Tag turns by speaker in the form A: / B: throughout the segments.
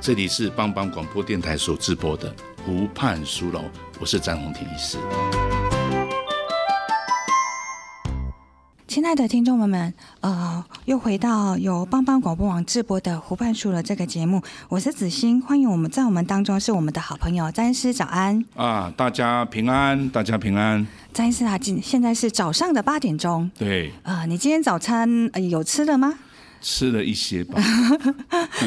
A: 这里是帮帮广播电台所直播的湖畔书楼，我是张宏庭医师。
B: 亲爱的听众朋友们，呃，又回到由帮帮广播网直播的《湖畔书》了这个节目，我是子欣，欢迎我们在我们当中是我们的好朋友詹医师，早安，
A: 啊，大家平安，大家平安。
B: 詹医师啊，今现在是早上的八点钟，
A: 对，
B: 呃，你今天早餐、呃、有吃了吗？
A: 吃了一些 吧。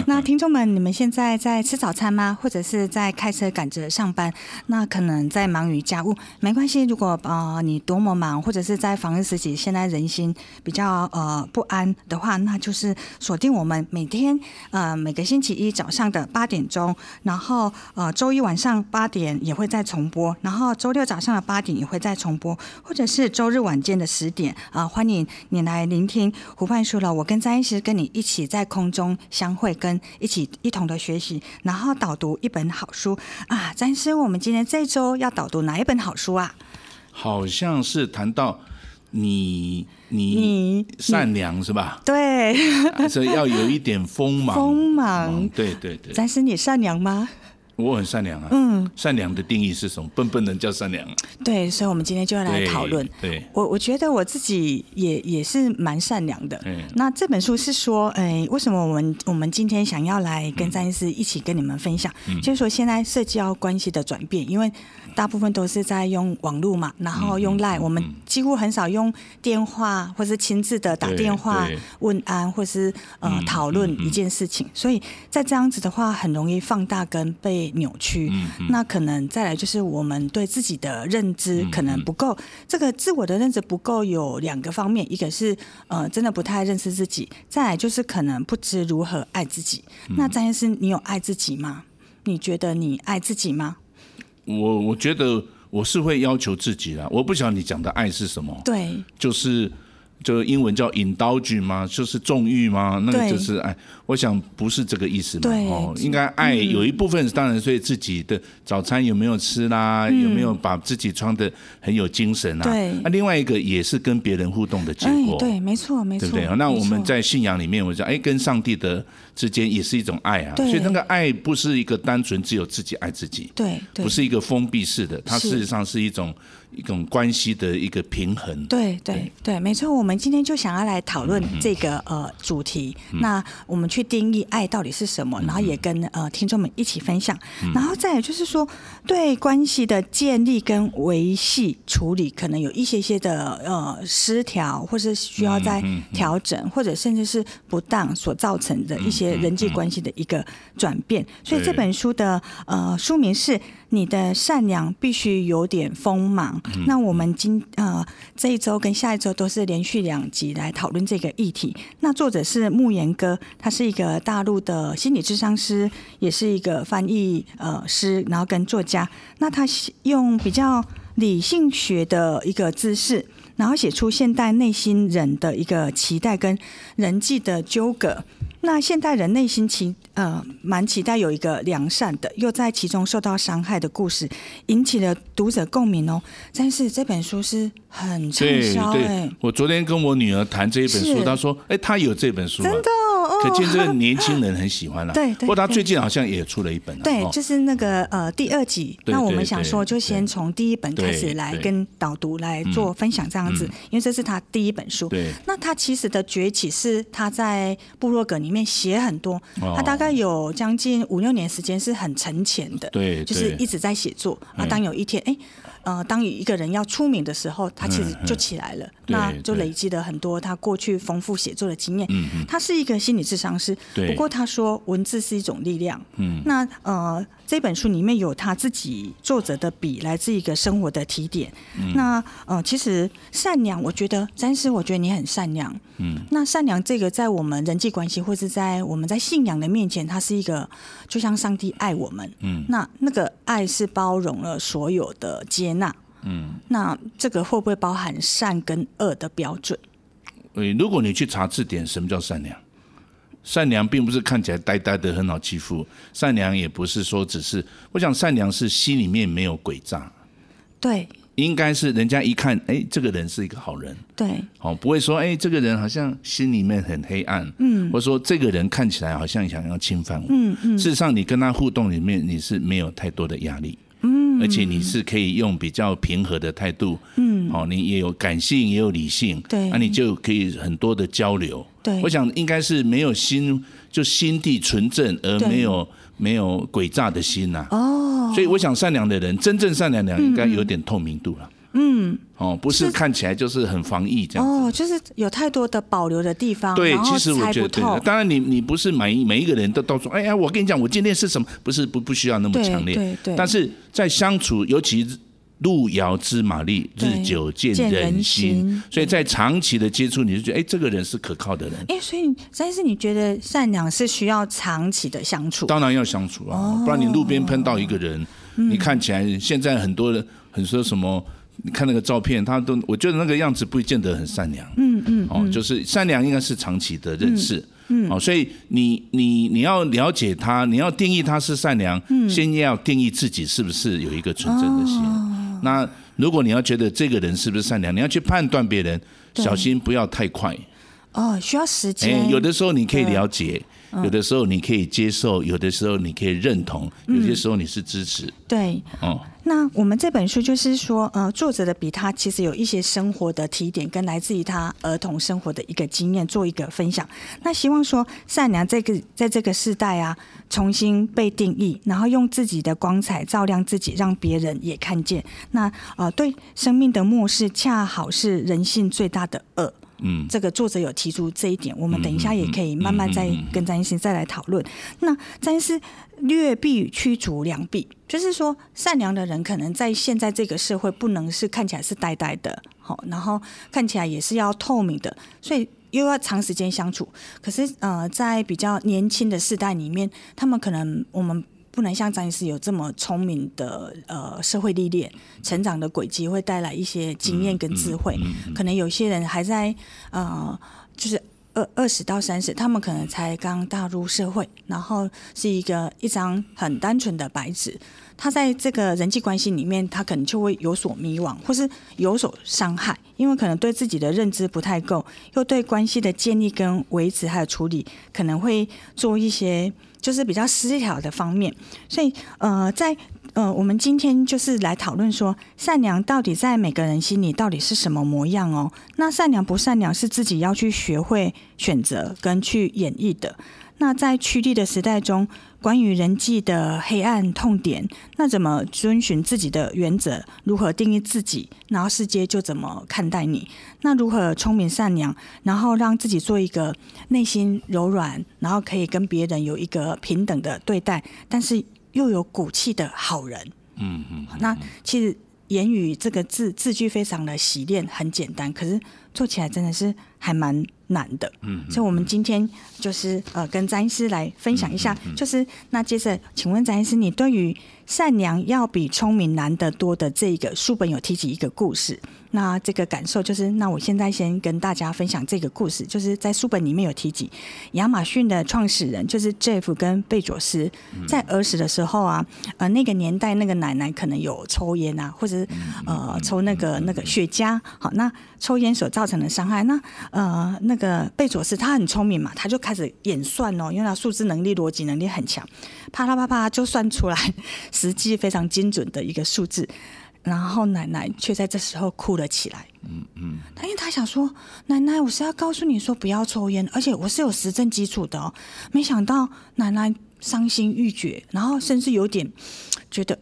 B: 那听众们，你们现在在吃早餐吗？或者是在开车赶着上班？那可能在忙于家务，没关系。如果呃你多么忙，或者是在防疫时期，现在人心比较呃不安的话，那就是锁定我们每天呃每个星期一早上的八点钟，然后呃周一晚上八点也会再重播，然后周六早上的八点也会再重播，或者是周日晚间的十点啊、呃欢迎你来聆听湖畔书了。我跟詹医师跟你一起在空中相会，跟一起一同的学习，然后导读一本好书啊。詹医师，我们今天这周要导读哪一本好书啊？
A: 好像是谈到你，
B: 你
A: 你善良是吧？
B: 对，哦
A: 所以要有一点锋芒。
B: 锋芒
A: 嗯对对对，
B: 詹医师，你善良吗？
A: 我很善良啊。嗯，善良的定义是什么？笨笨人叫善良啊。
B: 对，所以我们今天就要来
A: 对
B: 讨论。
A: 对，
B: 我我觉得我自己也也是蛮善良的。
A: 嗯
B: 那这本书是说，哎，为什么我们我们今天想要来跟詹医师一起跟你们分享，
A: 嗯
B: 就是说现在社交关系的转变，因为大部分都是在用网络嘛，然后
A: 嗯
B: 用 Line，、我们几乎很少用电话或是亲自的打
A: 对
B: 电话
A: 对嗯
B: 问安，或是呃讨论一件事情，所以在这样子的话，很容易放大跟被扭曲。
A: 嗯
B: 那可能再来就是我们对自己的认知
A: 嗯
B: 可能不够，这个自我的认知不够有两个方面，一个是呃真的不太认识自己，再来就是可能不知如何爱自己。那
A: 嗯
B: 张医师，你有爱自己吗？你觉得你爱自己吗？
A: 我我觉得我是会要求自己啦。我不晓得你讲的爱是什么，
B: 对
A: 就是就英文叫 indulge 吗？就是纵欲吗？那个
B: 对
A: 就是爱。我想不是这个意思嘛。
B: 对嗯
A: 哦，应该爱有一部分当然对自己的早餐有没有吃啦，有没有把自己穿的很有精神啊？
B: 嗯对
A: 那另外一个也是跟别人互动的结
B: 哎
A: 果。，
B: 对，没错，没
A: 对
B: 错
A: 不对？。那我
B: 没
A: 们
B: 错
A: 在信仰里面，我讲，哎，跟上帝的之间也是一种爱啊。
B: 对
A: 所以那个爱不是一个单纯只有自己爱自己，
B: 对对
A: 不是一个封闭式的，它
B: 是
A: 事实上是一种一种关系的一个平衡。
B: 对对对，没错。我们今天就想要来讨论这个呃主题。那我们去定义爱到底是什么，然后也跟呃听众们一起分享。然后再有就是说，对关系的建立跟维系处理，可能有一些些的呃失调，或是需要再调整，或者甚至是不当所造成的一些人际关系的一个转变。所以这
A: 对
B: 本书的呃书名是《你的善良必须有点锋芒》。嗯那我们今呃这一周跟下一周都是连续两集来讨论这个议题。那作者是慕言哥，他是一个大陆的心理智商师，也是一个翻译呃师，然后跟作家。那他是用比较理性学的一个姿势。然后写出现代内心人的一个期待跟人际的纠葛。那现代人内心期呃蛮期待有一个良善的，又在其中受到伤害的故事，引起了读者共鸣哦。但是这本书是很畅
A: 对
B: 销哎
A: 对，，我昨天跟我女儿谈这一本书，
B: 是
A: 她说：“哎，她有这本书吗
B: 真的哦，
A: 可见这
B: 哦
A: 个年轻人很喜欢了、啊
B: 对对
A: 不过她
B: 对
A: 最近好像也出了一本、啊。
B: 对
A: 哦，
B: 就是那个呃第二集。
A: 对
B: 那我
A: 对
B: 们想说，
A: 对
B: 就先从第一本开始
A: 对
B: 来
A: 对嗯
B: 跟导读来做分享这样子，因为这是他第一本书。
A: 对
B: 那他其实的崛起是他在部落格里面写很多，
A: 哦
B: 他大概有将近五六年时间是很沉潜的，
A: 对
B: 就是
A: 对
B: 一直在写作。啊，
A: 嗯
B: 当有一天，哎，呃，当一个人要出名的时候，他其实就起来了，
A: 嗯对
B: 那就
A: 对
B: 累积了很多他过去丰富写作的经验。
A: 嗯嗯
B: 他是一个心理智商师，
A: 对
B: 不过他说文字是一种力量。
A: 嗯，
B: 那呃，这本书里面有他自己作者的笔，来自一个生活的提点。
A: 嗯
B: 那呃，其实善良，我觉得詹师，我觉得你很善良。
A: 嗯，
B: 那善良这个在我们人际关系，或是在我们在信仰的面前，它是一个就像上帝爱我们。
A: 嗯
B: 那那个爱是包容了所有的接纳。
A: 嗯，
B: 那这个会不会包含善跟恶的标准？
A: 呃，如果你去查字典，什么叫善良？善良并不是看起来呆呆的很好欺负，善良也不是说只是，我想善良是心里面没有诡诈，
B: 对
A: 应该是人家一看，哎，这个人是一个好人，
B: 对
A: 哦，不会说，哎，这个人好像心里面很黑暗，嗯，或者说这个人看起来好像想要侵犯我，嗯嗯，事实上你跟他互动里面，你是没有太多的压力，嗯，而且你是可以用比较平和的态度，嗯，哦，你也有感性，也有理性，
B: 对
A: 那、你就可以很多的交流，
B: 对
A: 我想应该是没有心，就心地纯正而
B: 对
A: 没有没有诡诈的心呐、哦，所以我想善良的人，真正善良的人应该有点透明度了，嗯，哦，不是
B: 嗯是
A: 看起来就是很防疫这样子。
B: 哦，就是有太多的保留的地方，
A: 对，
B: 然后
A: 其实我
B: 猜
A: 觉
B: 不
A: 得对的
B: 透。
A: 当然你你不是每一每一个人都都说，哎呀，我跟你讲，我今天是什么？不是不不需要那么
B: 对
A: 强烈，
B: 对对
A: 但是在相处，尤其路遥知马力，
B: 对
A: 日久见
B: 见人
A: 人
B: 心
A: 心，所以在长期的接触，你就觉得，哎，这个人是可靠的人。
B: 哎、所以但是你觉得善良是需要长期的相处？
A: 当然要相处啊，不然你路边碰到一个人，你看起来现在很多人很说什么。你看那个照片，他都我觉得那个样子不见得很善良。嗯嗯，哦，就是善良应该是长期的认识。嗯，哦，所以你你你要了解他，你要定义他是善良，先要定义自己是不是有一个纯真的心。那如果你要觉得这个人是不是善良，你要去判断别人，小心不要太快。
B: 哦，需要时
A: 哎、
B: 间。
A: 有的时候你可以了解，
B: 嗯
A: 有的时候你可以接受，有的时候你可以认同，
B: 嗯
A: 有些时候你是支持。
B: 对，
A: 哦，
B: 那我们这本书就是说，呃，作者的笔他其实有一些生活的提点，跟来自于他儿童生活的一个经验做一个分享。那希望说善良这个在这个世代啊，重新被定义，然后用自己的光彩照亮自己，让别人也看见。那呃，对生命的漠视，恰好是人性最大的恶。
A: 嗯，
B: 这个作者有提出这一点，我们等一下也可以慢慢再跟詹医师再来讨论。那詹医师劣币与驱逐良币，就是说善良的人可能在现在这个社会不能是看起来是呆呆的，好，然后看起来也是要透明的，所以。又要长时间相处，可是呃，在比较年轻的世代里面，他们可能我们不能像詹医师有这么聪明的呃社会历练，成长的轨迹会带来一些经验跟智慧。可能有些人还在呃，就是二二十到三十，他们可能才刚踏入社会，然后是一个一张很单纯的白纸。他在这个人际关系里面，他可能就会有所迷惘，或是有所伤害，因为可能对自己的认知不太够，又对关系的建立跟维持还有处理，可能会做一些就是比较失调的方面。所以，呃，在呃，我们今天就是来讨论说，善良到底在每个人心里到底是什么模样哦？那善良不善良是自己要去学会选择跟去演绎的。那在趋利的时代中，关于人际的黑暗痛点，那怎么遵循自己的原则？如何定义自己？然后世界就怎么看待你？那如何聪明善良，然后让自己做一个内心柔软，然后可以跟别人有一个平等的对待，但是又有骨气的好人？
A: 嗯嗯，
B: 那其实言语这个字字句非常的洗练，很简单，可是做起来真的是还蛮难的。嗯，所以我们今天就是呃跟詹医师来分享一下，就是呃那接着请问詹医师，你对于善良要比聪明难得多的这一个书本有提及一个故事，那这个感受就是，那我现在先跟大家分享这个故事，就是在书本里面有提及，亚马逊的创始人就是 Jeff 跟贝佐斯，在儿时的时候啊，呃，那个年代那个奶奶可能有抽烟啊，或者是呃抽那个那个雪茄，好，那抽烟所造成的伤害，那呃那个贝佐斯他很聪明嘛，他就开始演算哦，因为他数字能力、逻辑能力很强，啪啦啪啪就算出来 实际非常精准的一个数字。然后奶奶却在这时候哭了起来。嗯嗯，因为她想说，奶奶，我是要告诉你说不要抽烟，而且我是有实证基础的哦。没想到奶奶伤心欲绝，然后甚至有点觉得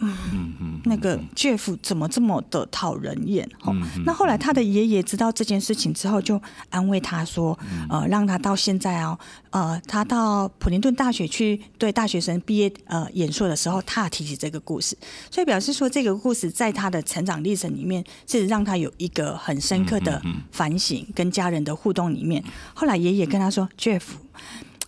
A: 嗯嗯，
B: 那个 Jeff 怎么这么的讨人厌？哦，那后来
A: 嗯
B: 他的爷爷知道这件事情之后，就安慰他说，
A: 嗯
B: 呃，让他到现在哦，呃，他到普林顿大学去对大学生毕业呃演说的时候，他提起这个故事，所以表示说这个故事在他的成长历程里面，是让他有一个很深刻的反省，跟家人的互动里
A: 嗯
B: 面。后来爷爷跟他说，Jeff。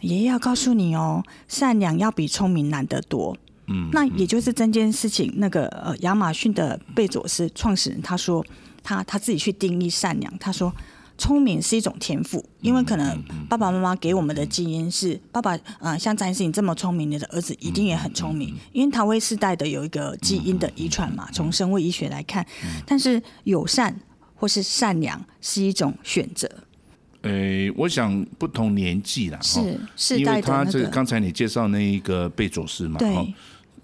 B: 爷爷要告诉你哦，善良要比聪明难得多。
A: 嗯，
B: 那也就是这件事情，那个呃，亚马逊的贝佐斯创始人他说，他他自己去定义善良，他说。聪明是一种天赋，
A: 嗯
B: 因为可能爸爸妈妈给我们的基因是，爸爸呃像詹士你这么聪明，你的儿子一定也很聪
A: 嗯
B: 明，因为他会世代的有一个基因的遗传嘛，从生物医学来看。
A: 嗯
B: 但是友善或是善良是一种选择，
A: 诶，我想不同年纪啦，哦
B: 是世
A: 因
B: 代
A: 为
B: 的
A: 他
B: 那个。
A: 这个刚才你介绍那一个贝佐斯嘛，
B: 对
A: 哦，因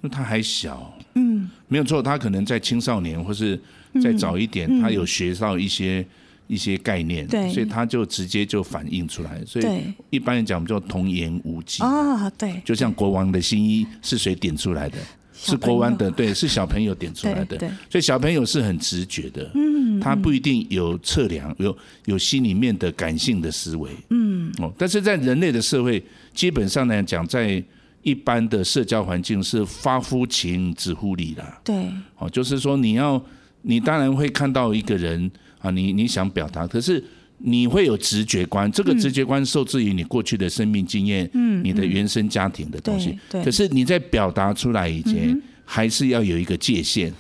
A: 为他还小，嗯，没有错，他可能在青少年或是
B: 嗯
A: 再早一点，他有学到一些一些概念，
B: 对
A: 所以他就直接就反映出来，所以
B: 对
A: 一般人讲我们叫童言无忌，
B: 啊、对，
A: 就像国王的新衣是谁点出来的？
B: 小
A: 是国王
B: 朋
A: 的，对，是小朋友点出来的
B: 对对，
A: 所以小朋友是很直觉的，嗯，他不一定有测量，有有心里面的感性的思维，嗯，哦，但是在人类的社会，基本上来讲，在一般的社交环境是发乎情，止乎礼啦，
B: 对，
A: 哦，就是说你要，你当然会看到一个人啊，你你想表达，可是你会有直觉观，这个直觉观受制于你过去的生命经验，嗯，你的原生家庭的东西，
B: 对对
A: 可是你在表达出来以前，还是要有一个界限。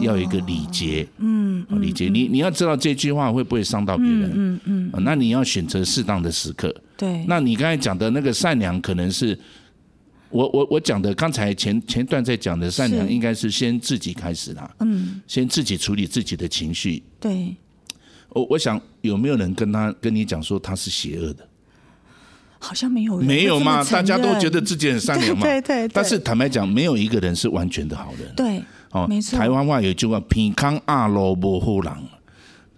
A: 要有一个礼节，哦嗯，礼节，你你要知道这句话会不会伤到别人，嗯嗯，啊那你要选择适当的时刻，
B: 对，
A: 那你刚才讲的那个善良，可能是我我我讲的，刚才前前段在讲的善良，
B: 是
A: 应该是先自己开始啦，
B: 嗯，
A: 先自己处理自己的情绪。
B: 对，
A: 我我想有没有人跟他跟你讲说他是邪恶的？
B: 好像没有人
A: 没有
B: 会这么
A: 嘛，
B: 承
A: 大家都
B: 认
A: 觉得自己很善良嘛。
B: 对对对
A: 但是坦白讲，没有一个人是完全的好人。
B: 对
A: 哦
B: 没错
A: 台湾话有一句话“平康阿罗无好人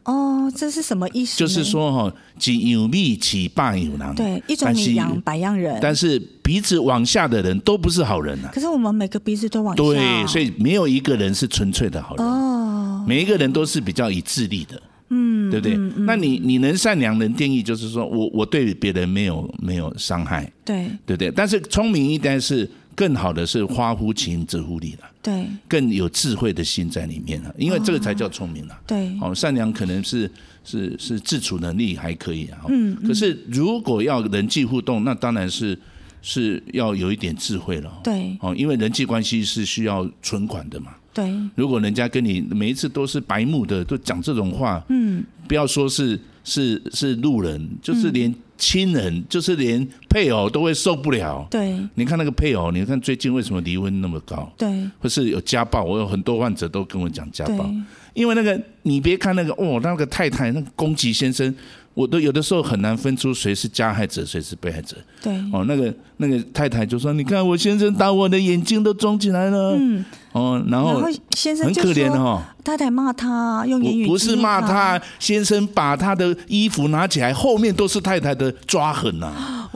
B: 哦，这是什么意”，思呢？
A: 就是说哈、哦，一有米起百有狼。
B: 对一种米养百样人，
A: 但是鼻子往下的人都不是好人啊。
B: 可是我们每个鼻子都往下，
A: 对，所
B: 以
A: 以没有一个人是纯粹的好人，每一个人都是比较以自立的，哦嗯，对不对？那你你能善良能定义，就是说我我对别人没有没有伤害，
B: 对
A: 对不对？但是聪明一代是更好的是花乎情，止乎礼了，
B: 对
A: 更有智慧的心在里面了，因为这个才叫聪明了。
B: 对
A: 哦，善良可能是是是自处能力还可以啊。嗯，可是如果要人际互动，那当然是是要有一点智慧了。
B: 对
A: 哦，因为人际关系是需要存款的嘛。
B: 对
A: 如果人家跟你每一次都是白目的，都讲这种话，嗯，不要说是是是路人，就是连亲人，就是连配偶都会受不了。
B: 对
A: 你看那个配偶，你看最近为什么离婚那么高，
B: 对
A: 或是有家暴？我有很多患者都跟我讲家暴，
B: 对
A: 因为那个你别看那个哦，那个太太那个攻击先生，我都有的时候很难分出谁是加害者，谁是被害者。
B: 对，
A: 哦，那个那个太太就说：“你看我先生打我的眼睛都肿起来了。”嗯，哦，然
B: 然
A: 后
B: 后先生
A: 很
B: 就
A: 可怜
B: 说
A: 哦，
B: 太太骂他，用言语
A: 不不是
B: 激
A: 骂他，先生把他的衣服拿起来，后面都是太太的抓痕呐、啊，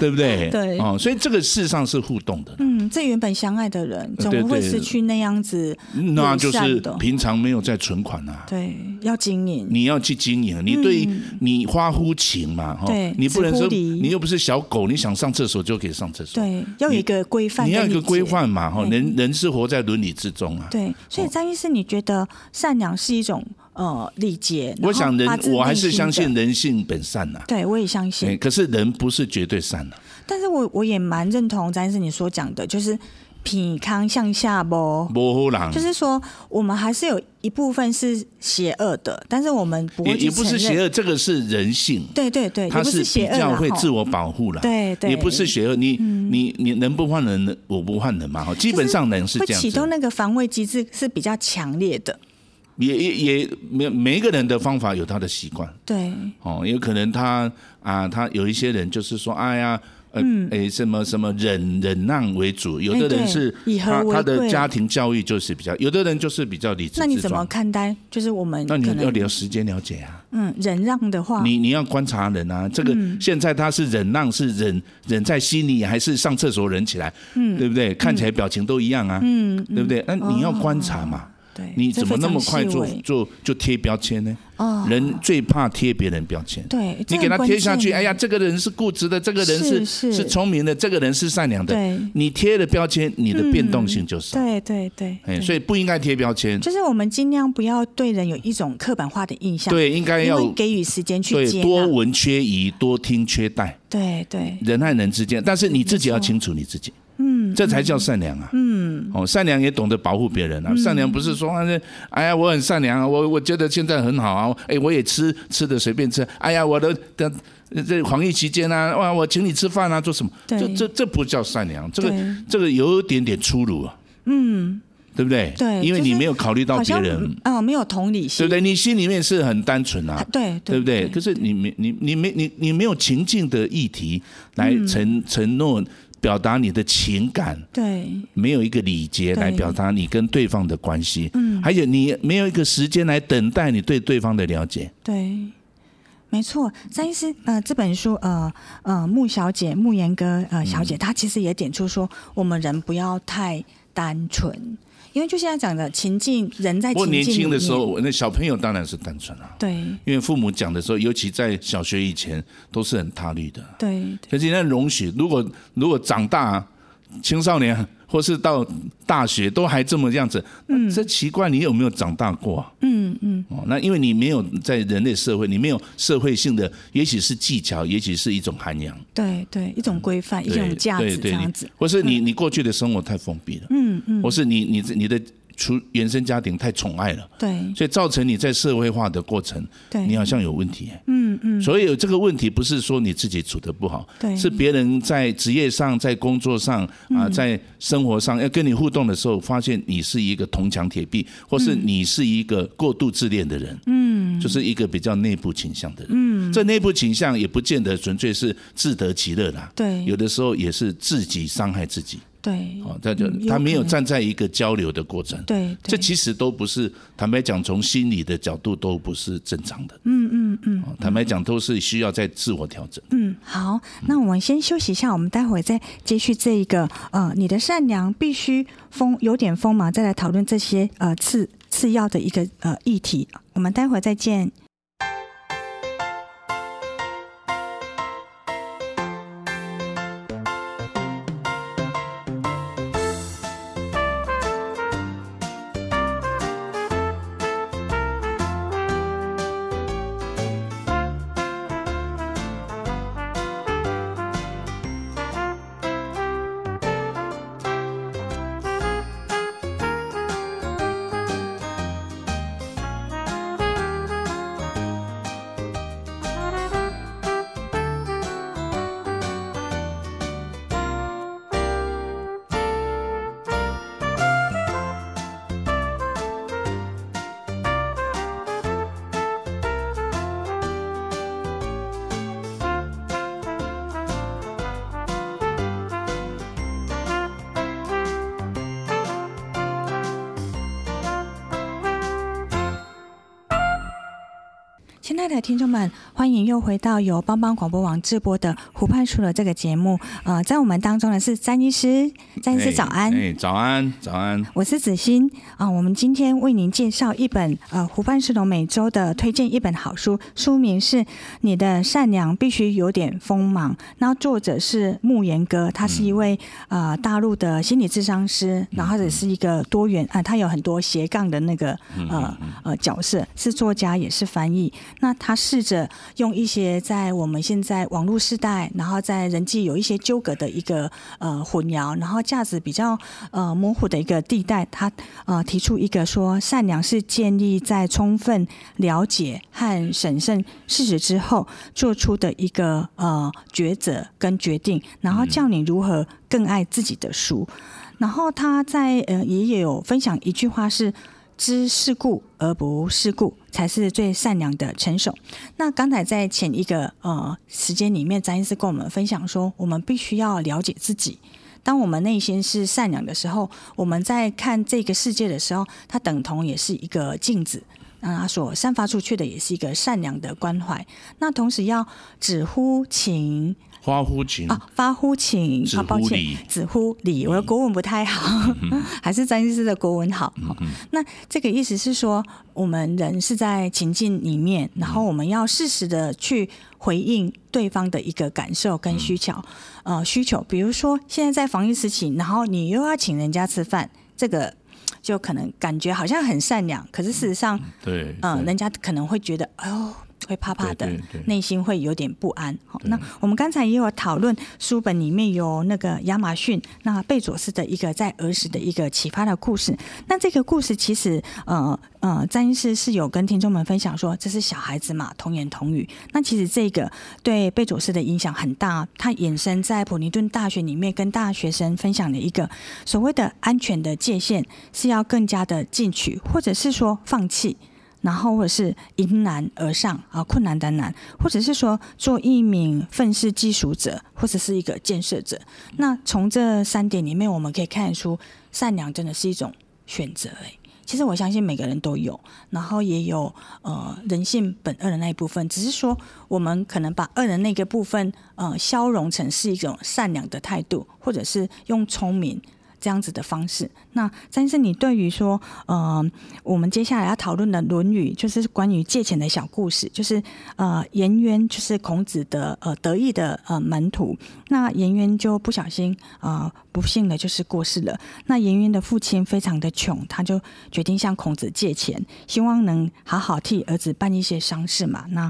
A: 对不对？
B: 哦 对
A: 哦，所以这个事实上是互动的，
B: 嗯，这原本相爱的人总
A: 对
B: 会
A: 对
B: 失去那样子
A: 那就是
B: 嗯友善的
A: 平常没有在存款啊。
B: 对，要经营，
A: 你要去经营，啊你对、你花乎情嘛，哈
B: 嗯对，
A: 你不能
B: 止
A: 说
B: 乎礼
A: 你又不是小狗，你想上厕所就可以上厕所，
B: 对，要有一个规范，
A: 你要有一个规。范嘛，哈，
B: 对
A: 人人是活在伦理之中啊，
B: 嗯对，所以张医师，你觉得善良是一种呃礼节？
A: 我想人
B: 然后发自，
A: 我还是
B: 内心
A: 相信
B: 的。
A: 人性本善呐、
B: 对，我也相
A: 哎
B: 信。
A: 可是人不是绝对善呐、啊
B: 但是我我也蛮认同张医师你所讲的，就是品康向下不，
A: 模糊狼
B: 就是说我们还是有一部分是邪恶的，但是我们不
A: 也
B: 会去
A: 也不是
B: 承认
A: 邪。恶，这个是人性，
B: 对对对，
A: 他
B: 也不是邪
A: 比
B: 恶
A: 较
B: 啦
A: 会
B: 吼
A: 自我保护啦。
B: 对对嗯
A: 也不是邪恶，你你你人不换人，我不换人嘛，哈，基本上人是
B: 会
A: 这样
B: 启动
A: 子，
B: 那个防卫机制是比较强烈的。
A: 也也也每每一个人的方法有他的习惯。
B: 对
A: 哦，有可能他啊，他有一些人就是说，哎呀，呃，诶，什么什么忍忍让为主，有的人是
B: 嗯哎对以和
A: 他
B: 为
A: 他的
B: 贵
A: 家庭教育就是比较，有的人就是比较理智
B: 那你
A: 自
B: 怎么
A: 壮。
B: 看待？就是我们
A: 那你要
B: 可能
A: 留时间了解啊，
B: 嗯忍让的话，
A: 你你要观察人啊，这个
B: 嗯
A: 现在他是忍让，是忍忍在心里，还是上厕所忍起来，对不对？看起来表情都一样啊，
B: 嗯
A: 对不对？那你要观察嘛，
B: 对，
A: 你
B: 这
A: 怎么
B: 非
A: 那
B: 常
A: 么快
B: 细
A: 就
B: 微
A: 就就贴标签呢？
B: 哦
A: 人最怕贴别人标签。
B: 对，这
A: 你给
B: 很
A: 他
B: 关
A: 贴下去，
B: 键
A: 哎呀，，这个人是固执的，这个人
B: 是
A: 是
B: 是
A: 是聪明的，这个人是善良的
B: 对。嗯
A: 你贴了标签，你的变动性就少。
B: 对对对，
A: 哎，
B: 对
A: 所以不应该贴标签。
B: 就是我们尽量不要对人有一种刻板化的印象，，
A: 对，应该
B: 因
A: 要
B: 为给予时间去
A: 对
B: 接
A: 多
B: 纳，
A: 闻缺疑，多听缺待，
B: 对对，
A: 人和人之间，但是你自己要清楚你自己。嗯，这才叫善良啊！嗯，哦，善良也懂得保护别人
B: 嗯
A: 啊。善良不是说，啊这哎呀，我很善良啊，我我觉得现在很好啊，哎，我也吃吃的随便吃，哎呀，我的的这防疫期间啊，哇，我请你吃饭啊，做什么？
B: 对
A: 这这这不叫善良，这个
B: 对
A: 这个有点点粗鲁啊。嗯，对不对？
B: 对
A: 因为
B: 就
A: 你
B: 是
A: 没有考虑到
B: 好
A: 别
B: 像
A: 人，
B: 嗯、呃没有同理
A: 对
B: 心
A: 不，对？你心里面是很单纯啊
B: 啊，对
A: 对不对？可是你没你你没你你没有情境的议题来
B: 嗯
A: 承承诺表达你的情感，
B: 对
A: 没有一个礼节
B: 对
A: 来表达你跟对方的关系，嗯，而且你没有一个时间来等待你对对方的了解，
B: 对，没错，张医师，呃，这本书，呃呃，穆小姐，穆言哥，
A: 嗯
B: 呃，小姐，她其实也点出说，我们人不要太单纯，因为就现在讲的情境，人在
A: 我
B: 情境
A: 年轻的
B: 里
A: 时候，
B: 面，
A: 我那小朋友当然是单纯啊，
B: 对
A: 因为父母讲的时候，尤其在小学以前，都是很他律的。
B: 对
A: 可是那容许，如果如果长大青少年或是到大学都还这么样子，嗯，这奇怪，你有没有长大过、啊？嗯嗯，哦，那因为你没有在人类社会，你没有社会性的，也许是技巧，也许是一种涵养，
B: 对对，一种规范，一
A: 对
B: 种价
A: 对
B: 值这
A: 对，
B: 样
A: 你
B: 子，嗯
A: 或是你你过去的生活太封闭了，嗯嗯，或是你你你的出原生家庭太宠爱了。
B: 对
A: 所以造成你在社会化的过程，
B: 对，
A: 你好像有问题、嗯嗯。所以有这个问题不是说你自己处得不好，
B: 对嗯
A: 是别人在职业上、在工作上啊、在生活上要跟你互动的时候，发现你是一个铜墙铁壁，或是
B: 嗯
A: 你是一个过度自恋的人，嗯，就是一个比较内部倾向的人。嗯，这内部倾向也不见得纯粹是自得其乐啦，
B: 对
A: 有的时候也是自己伤害自己。
B: 对
A: 哦，这就
B: 嗯
A: 他
B: 有
A: 没
B: 可
A: 有
B: 能
A: 站在一个交流的过程。
B: 对
A: 这
B: 对
A: 其实都不是，坦白讲，从心理的角度都不是正常的。嗯嗯嗯，坦白讲，都是需要在自我调整。
B: 嗯，好，那我们先休息一下，我们待会再接续这一个呃，你的善良必须锋有点锋芒，再来讨论这些呃次次要的一个呃议题。我们待会再见。亲爱的听众们，欢迎又回到由帮帮广播网直播的《湖畔书了》这个节目。呃，在我们当中呢是詹医师，詹医师早安。哦
A: 哎，早安，早安。
B: 我是子欣啊、我们今天为您介绍一本呃湖畔市龙每周的推荐一本好书，书名是《你的善良必须有点锋芒》，然后作者是慕言哥，他是一位、呃大陆的心理智商师，然后也是一个多元啊、他有很多斜杠的那个呃呃角色，是作家也是翻译。那他试着用一些在我们现在网络时代，然后在人际有一些纠葛的一个呃混淆，然后价值比较呃模糊的一个地带，他呃提出一个说，善良是建立在充分了解和审慎事实之后做出的一个呃抉择跟决定，然后教你如何更爱自己的书。然后他在呃也有分享一句话是。知世故而不世故，才是最善良的成熟。那刚才在前一个呃时间里面，詹医师跟我们分享说，我们必须要了解自己。当我们内心是善良的时候，我们在看这个世界的时候，它等同也是一个镜子。那它所散发出去的也是一个善良的关怀。那同时要止乎情，
A: 花乎情
B: 啊，发乎情，
A: 止
B: 啊，抱
A: 乎
B: 歉
A: 礼，
B: 止乎礼，我的国文不太好， 还是詹医师的国文好。好那这个意思是说，我们人是在情境里面，然后我们要适时的去回应对方的一个感受跟需求，呃，需求。比如说现在在防疫时期，然后你又要请人家吃饭，这个就可能感觉好像很善良，可是事实上。
A: 对，
B: 嗯，
A: 对
B: 人家可能会觉得，哎呦，会怕怕的
A: 对对对，
B: 内心会有点不安。好，
A: 对
B: 那我们刚才也有讨论，书本里面有那个亚马逊那贝佐斯的一个在儿时的一个启发的故事。那这个故事其实，呃呃，詹医师是有跟听众们分享说，这是小孩子嘛，童言童语。那其实这个对贝佐斯的影响很大，他衍生在普林顿大学里面跟大学生分享了一个所谓的安全的界限是要更加的进取，或者是说放弃。然后或者是迎难而上啊，困难当难，或者是说做一名愤世嫉俗者，或者是一个建设者。那从这三点里面，我们可以看得出，善良真的是一种选择、欸。其实我相信每个人都有，然后也有呃人性本恶的那一部分，只是说我们可能把恶的那个部分呃消融成是一种善良的态度，或者是用聪明这样子的方式。那詹先生，你对于说呃我们接下来要讨论的《论语》，就是关于借钱的小故事，就是呃颜渊就是孔子的呃得意的呃门徒，那颜渊就不小心呃不幸的就是过世了。那颜渊的父亲非常的穷，他就决定向孔子借钱，希望能好好替儿子办一些丧事嘛。那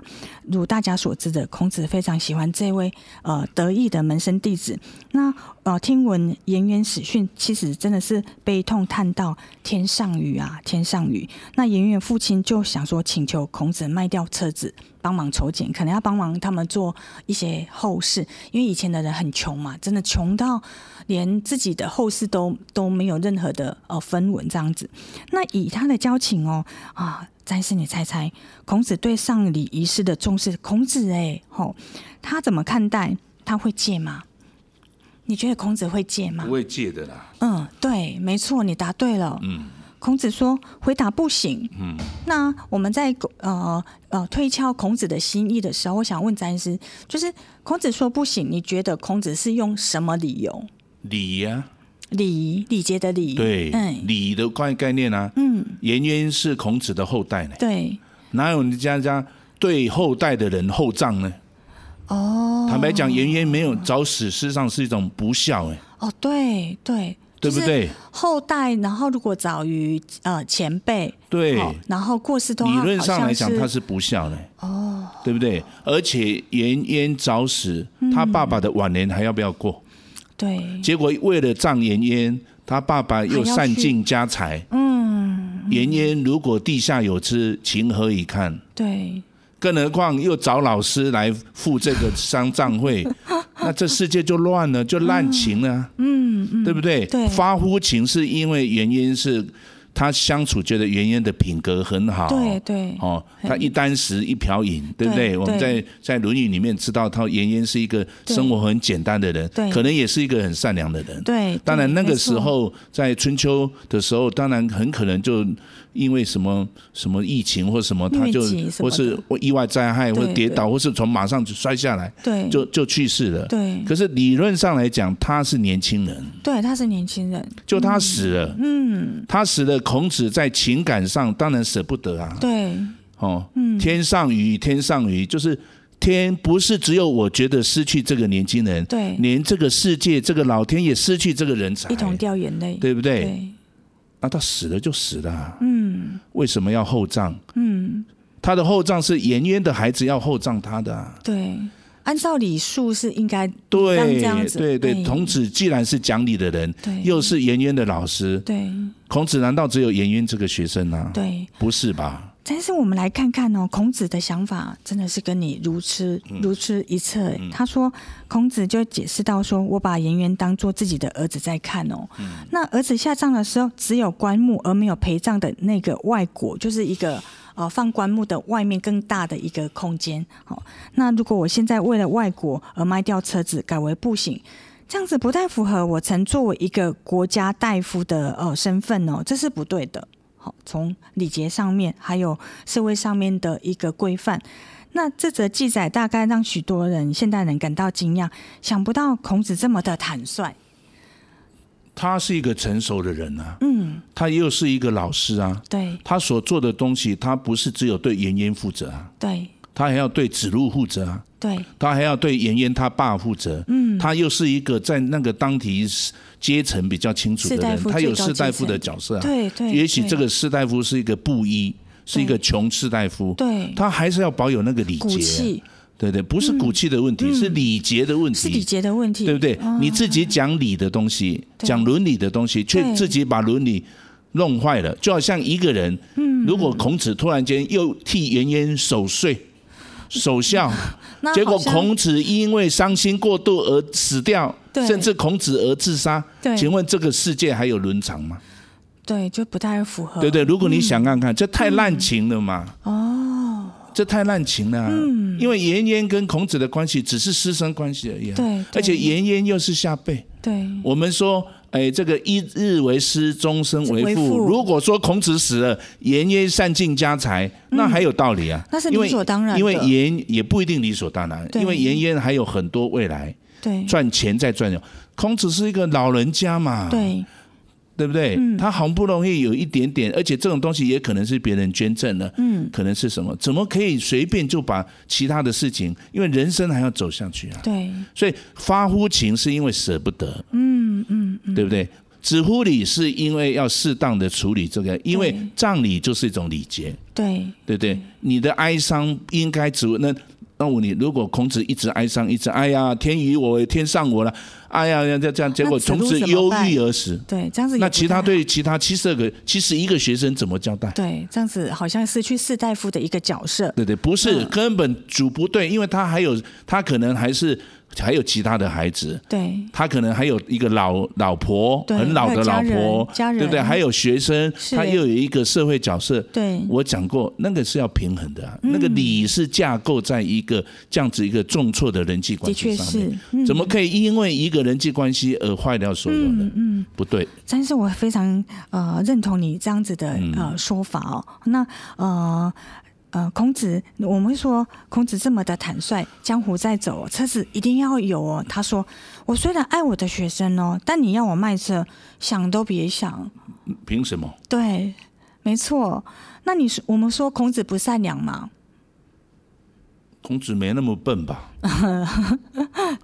B: 如大家所知的，孔子非常喜欢这位呃得意的门生弟子。那呃，听闻颜渊死讯，其实真的是悲痛叹到天上雨啊，天上雨。那颜渊父亲就想说，请求孔子卖掉车子，帮忙筹钱，可能要帮忙他们做一些后事，因为以前的人很穷嘛，真的穷到连自己的后事都都没有任何的呃分文这样子。那以他的交情哦啊，但是你猜猜，孔子对丧礼仪式的重视，孔子哎吼、他怎么看待？他会戒吗？你觉得孔子会戒吗
A: 不？会借的啦，
B: 嗯，对，没错，你答对了。
A: 嗯
B: 孔子说：“回答不行。”
A: 嗯，
B: 那我们在呃呃推敲孔子的心意的时候，我想问詹医师，就是孔子说不行，你觉得孔子是用什么理由？
A: 礼呀，
B: 礼礼节的礼，
A: 对，
B: 嗯，
A: 礼的概概念啊，
B: 嗯，
A: 颜渊是孔子的后代呢，
B: 对，
A: 哪有人家家对后代的人厚葬呢？
B: 哦，
A: 坦白讲，颜渊没有早死，事实上是一种不孝，哎，
B: 哦，对对，
A: 对不？对？
B: 后代，然后如果早于呃前辈，
A: 对，
B: 哦然后过世的
A: 理
B: 话，
A: 论上
B: 好像
A: 来讲，他是不孝的，哦，对不对？而且颜渊早死，
B: 嗯
A: 他爸爸的晚年还要不要过？
B: 对，
A: 结果为了葬颜渊，他爸爸又散尽家财。
B: 嗯，
A: 颜渊如果地下有知，情何以堪？
B: 对，
A: 更何况又找老师来付这个丧葬 费，那这世界就乱了，就滥情了啊，
B: 嗯嗯，
A: 对不对？
B: 对
A: 发乎情是因为颜渊是他相处觉得颜渊的品格很好，
B: 对对，
A: 哦，他一箪食一瓢饮，对不对？
B: 对
A: 我们在
B: 对
A: 在《论语》里面知道，他颜渊是一个
B: 对
A: 生活很简单的人
B: 对，
A: 可能也是一个很善良的人。
B: 对，
A: 当然，
B: 对
A: 那个
B: 没
A: 时
B: 错
A: 候在春秋的时候，当然很可能就因为什么什么疫情或什么，他就
B: 疟疾什
A: 或
B: 么的
A: 是意外灾害，或
B: 对
A: 者跌倒，或是从马上就摔下来，
B: 对，
A: 就就去世了。
B: 对
A: 可是理论上来讲，他是年轻人，
B: 对，他是年轻人，
A: 就他死了，
B: 嗯，
A: 他死了，孔子在情感上当然舍不得啊。
B: 对，嗯
A: 哦，天上雨，天上雨，就是天不是只有我觉得失去这个年轻人，
B: 对
A: 连这个世界，这个老天也失去这个人才，
B: 一同掉眼泪，
A: 对不对？
B: 对，
A: 那他死了就死了啊、
B: 嗯
A: 为什么要厚葬？
B: 嗯，
A: 他的厚葬是颜渊的孩子要厚葬他的、啊。
B: 对，按照礼数是应该像
A: 对
B: 这样子
A: 对对，
B: 哎嗯
A: 孔子既然是讲理的人，
B: 对，
A: 又是颜渊的老师，
B: 对
A: 孔子难道只有颜渊这个学生啊？
B: 对，
A: 不是吧？
B: 但是我们来看看哦，孔子的想法真的是跟你如出如出一辙诶。他说，孔子就解释到说，我把颜渊当做自己的儿子在看哦。那儿子下葬的时候，只有棺木而没有陪葬的那个外国，就是一个。呃，放棺木的外面更大的一个空间。好、那如果我现在为了外国而卖掉车子，改为步行，这样子不太符合我曾作为一个国家大夫的呃身份哦，这是不对的。好，从礼节上面还有社会上面的一个规范。那这则记载大概让许多人现代人感到惊讶，想不到孔子这么的坦率。
A: 他是一个成熟的人啊，嗯，他又是一个老师啊，
B: 对
A: 他所做的东西，他不是只有对颜渊负责啊，
B: 对
A: 他还要对子路负责啊，
B: 对，
A: 他还要对颜渊他爸负责，嗯，他又是一个在那个当体阶层比较清楚的
B: 士大
A: 人，
B: 夫
A: 他有
B: 最高
A: 士大夫
B: 阶
A: 的
B: 层
A: 角色啊，
B: 对对
A: 也许
B: 对
A: 这个士大夫是一个布衣，是一个穷士大夫，
B: 对
A: 他还是要保有那个礼
B: 骨
A: 节，啊
B: 气嗯
A: 对对，不是骨气的问题，是礼节的问
B: 是礼
A: 题。
B: 节哦的问题，
A: 对不对？你自己讲理的东西，讲伦理的东西，却
B: 对
A: 自己把伦理弄坏了，就好像一个人，
B: 嗯
A: 如果孔子突然间又替颜渊守岁、守 孝，
B: 那
A: 结果
B: 好像
A: 孔子因为伤心过度而死掉，
B: 对
A: 甚至孔子而自杀
B: 对，
A: 请问这个世界还有伦常吗？
B: 对就不太符合，
A: 对不对？如果你想看
B: 嗯
A: 看，这太滥情了嘛！哦，这太滥情了啊。
B: 嗯
A: 因为颜渊跟孔子的关系只是师生关系而已啊。
B: 对对
A: 而且颜渊又是下辈。
B: 对
A: 我们说，哎，这个一日为师，终身为
B: 为
A: 父。
B: 父
A: 如果说孔子死了，颜渊散尽家财，那还有道理啊，
B: 嗯那是
A: 因为
B: 理所当然的
A: 因为颜也不一定理所当然，
B: 对
A: 因为颜渊还有很多未来
B: 对
A: 赚钱再赚钱。孔子是一个老人家嘛，
B: 对嗯
A: 对不对？他好不容易有一点点，而且这种东西也可能是别人捐赠的，嗯，可能是什么？怎么可以随便就把其他的事情？因为人生还要走下去啊。
B: 对
A: 所以发乎情是因为舍不得，嗯嗯，对不对？止乎礼是因为要适当的处理这个，因为葬礼就是一种礼节，
B: 对
A: 对不对？你的哀伤应该止乎那。那我你如果孔子一直哀伤，一直哎呀天与我为天上我了，哎呀这样这样，结果
B: 那子
A: 从
B: 路
A: 此
B: 怎么
A: 忧
B: 办
A: 郁而死。
B: 对，这样子也
A: 那
B: 不
A: 其
B: 太
A: 他
B: 好
A: 对其他七十二个、七十一个学生怎么交代？
B: 对，这样子好像失去士大夫的一个角色。
A: 对对，不
B: 嗯
A: 是根本主不对，因为他还有他可能还是还有其他的孩子，
B: 对
A: 他可能还有一个老老婆，
B: 对
A: 很老的老
B: 还有家人
A: 婆，
B: 家人
A: 对不对？还有学生，
B: 是
A: 他又有一个社会角色。
B: 对嗯
A: 我讲过，那个是要平衡的、啊，那个理是架构在一个这样子一个重挫的人际关系
B: 的确
A: 上
B: 是嗯
A: 面，怎么可以因为一个人际关系而坏掉所有的？
B: 嗯
A: 不对，
B: 但是我非常呃认同你这样子的
A: 嗯
B: 呃说法哦。那呃呃，孔子，我们会说孔子这么的坦率，江湖在走，车子一定要有哦。他说：“我虽然爱我的学生哦，但你要我卖车，想都别想。
A: 凭什么？”
B: 对，没错。那你说我们说孔子不善良嘛？
A: 孔子没那么笨吧？嗯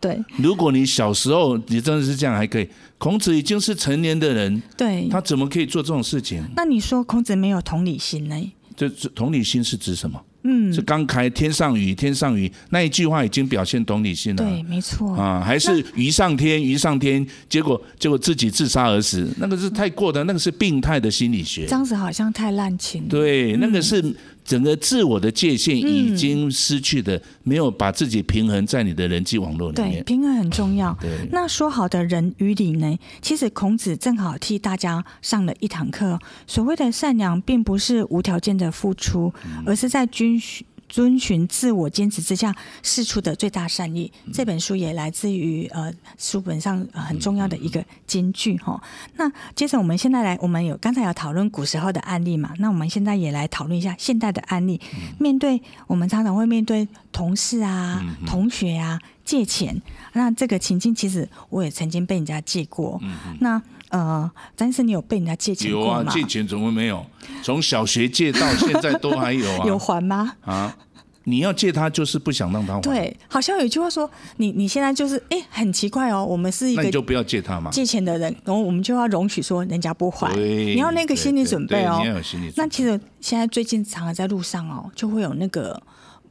B: 对
A: 如果你小时候你真的是这样还可以，孔子已经是成年的人，
B: 对。
A: 他怎么可以做这种事情？
B: 那你说孔子没有同理心呢？
A: 这这同理心是指什么？
B: 嗯，
A: 是刚开天上雨，天上雨那一句话已经表现同理心
B: 对，
A: 了。
B: 没错。
A: 啊，还是鱼上天，鱼上天，结果结果自己自杀而死，那个是太过的，那个是病态的心理学
B: 这。样子好像太滥情。
A: 对，那个是整个自我的界限已经失去的，没有把自己平衡在你的人际网络里
B: 对，
A: 面。
B: 平衡很重要。
A: 对，
B: 那说好的人与理呢？其实孔子正好替大家上了一堂课。所谓的善良，并不是无条件的付出，而是在遵循遵循自我坚持之下试出的最大善意。
A: 嗯
B: 这本书也来自于呃书本上呃很重要的一个金句哈。那接着我们现在来，我们有刚才有讨论古时候的案例嘛？那我们现在也来讨论一下现代的案例。
A: 嗯
B: 面对我们常常会面对同事啊、同学啊借钱，那这个情境其实我也曾经被人家借过。那呃，但是你有被人家借
A: 嗯
B: 钱
A: 有
B: 过
A: 啊，
B: 吗？
A: 借钱怎么没有？从小学借到现在都还有啊。
B: 有还吗？
A: 啊，你要借他就是不想让他还，，
B: 对，好像有一句话说，你你现在就是哎、很奇怪哦，我们是一
A: 那你
B: 个
A: 就不要借他嘛。
B: 借钱的人，然后我们就要容许说人家不还，
A: 对
B: 你要那个心理准备
A: 对
B: 哦
A: 对你要有心理准备。
B: 那其实现在最近常常在路上哦，就会有那个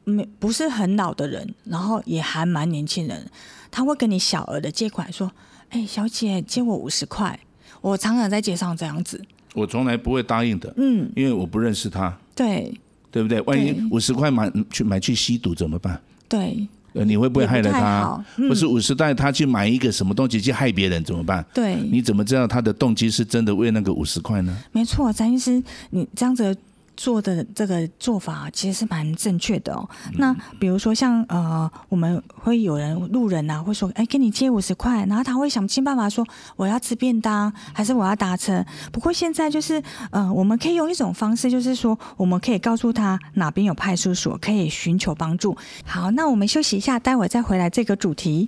B: 没不是很老的人，然后也还蛮年轻人，他会跟你小额的借款，说：“哎、小姐借我五十块。”我常常在街上这样子，
A: 我从来不会答应的，
B: 嗯，
A: 因为我不认识他，
B: 对
A: 对不对？万一
C: 对
A: 五十块买去买去吸毒怎么办？
C: 对
A: 呃，你会不会害了
C: 也不太
A: 他
C: 好？嗯
A: 或是五十代他去买一个什么东西去害别人怎么办？
C: 对，
A: 你怎么知道他的动机是真的为那个五十块呢？
B: 没错，詹医师，你这样子做的这个做法啊其实是蛮正确的哦。那比如说像呃，我们会有人路人啊，会说，哎，跟你借五十块，然后他会想尽办法说，我要吃便当，还是我要搭车。不过现在就是呃，我们可以用一种方式，就是说，我们可以告诉他哪边有派出所，可以寻求帮助。好，那我们休息一下，待会儿再回来这个主题。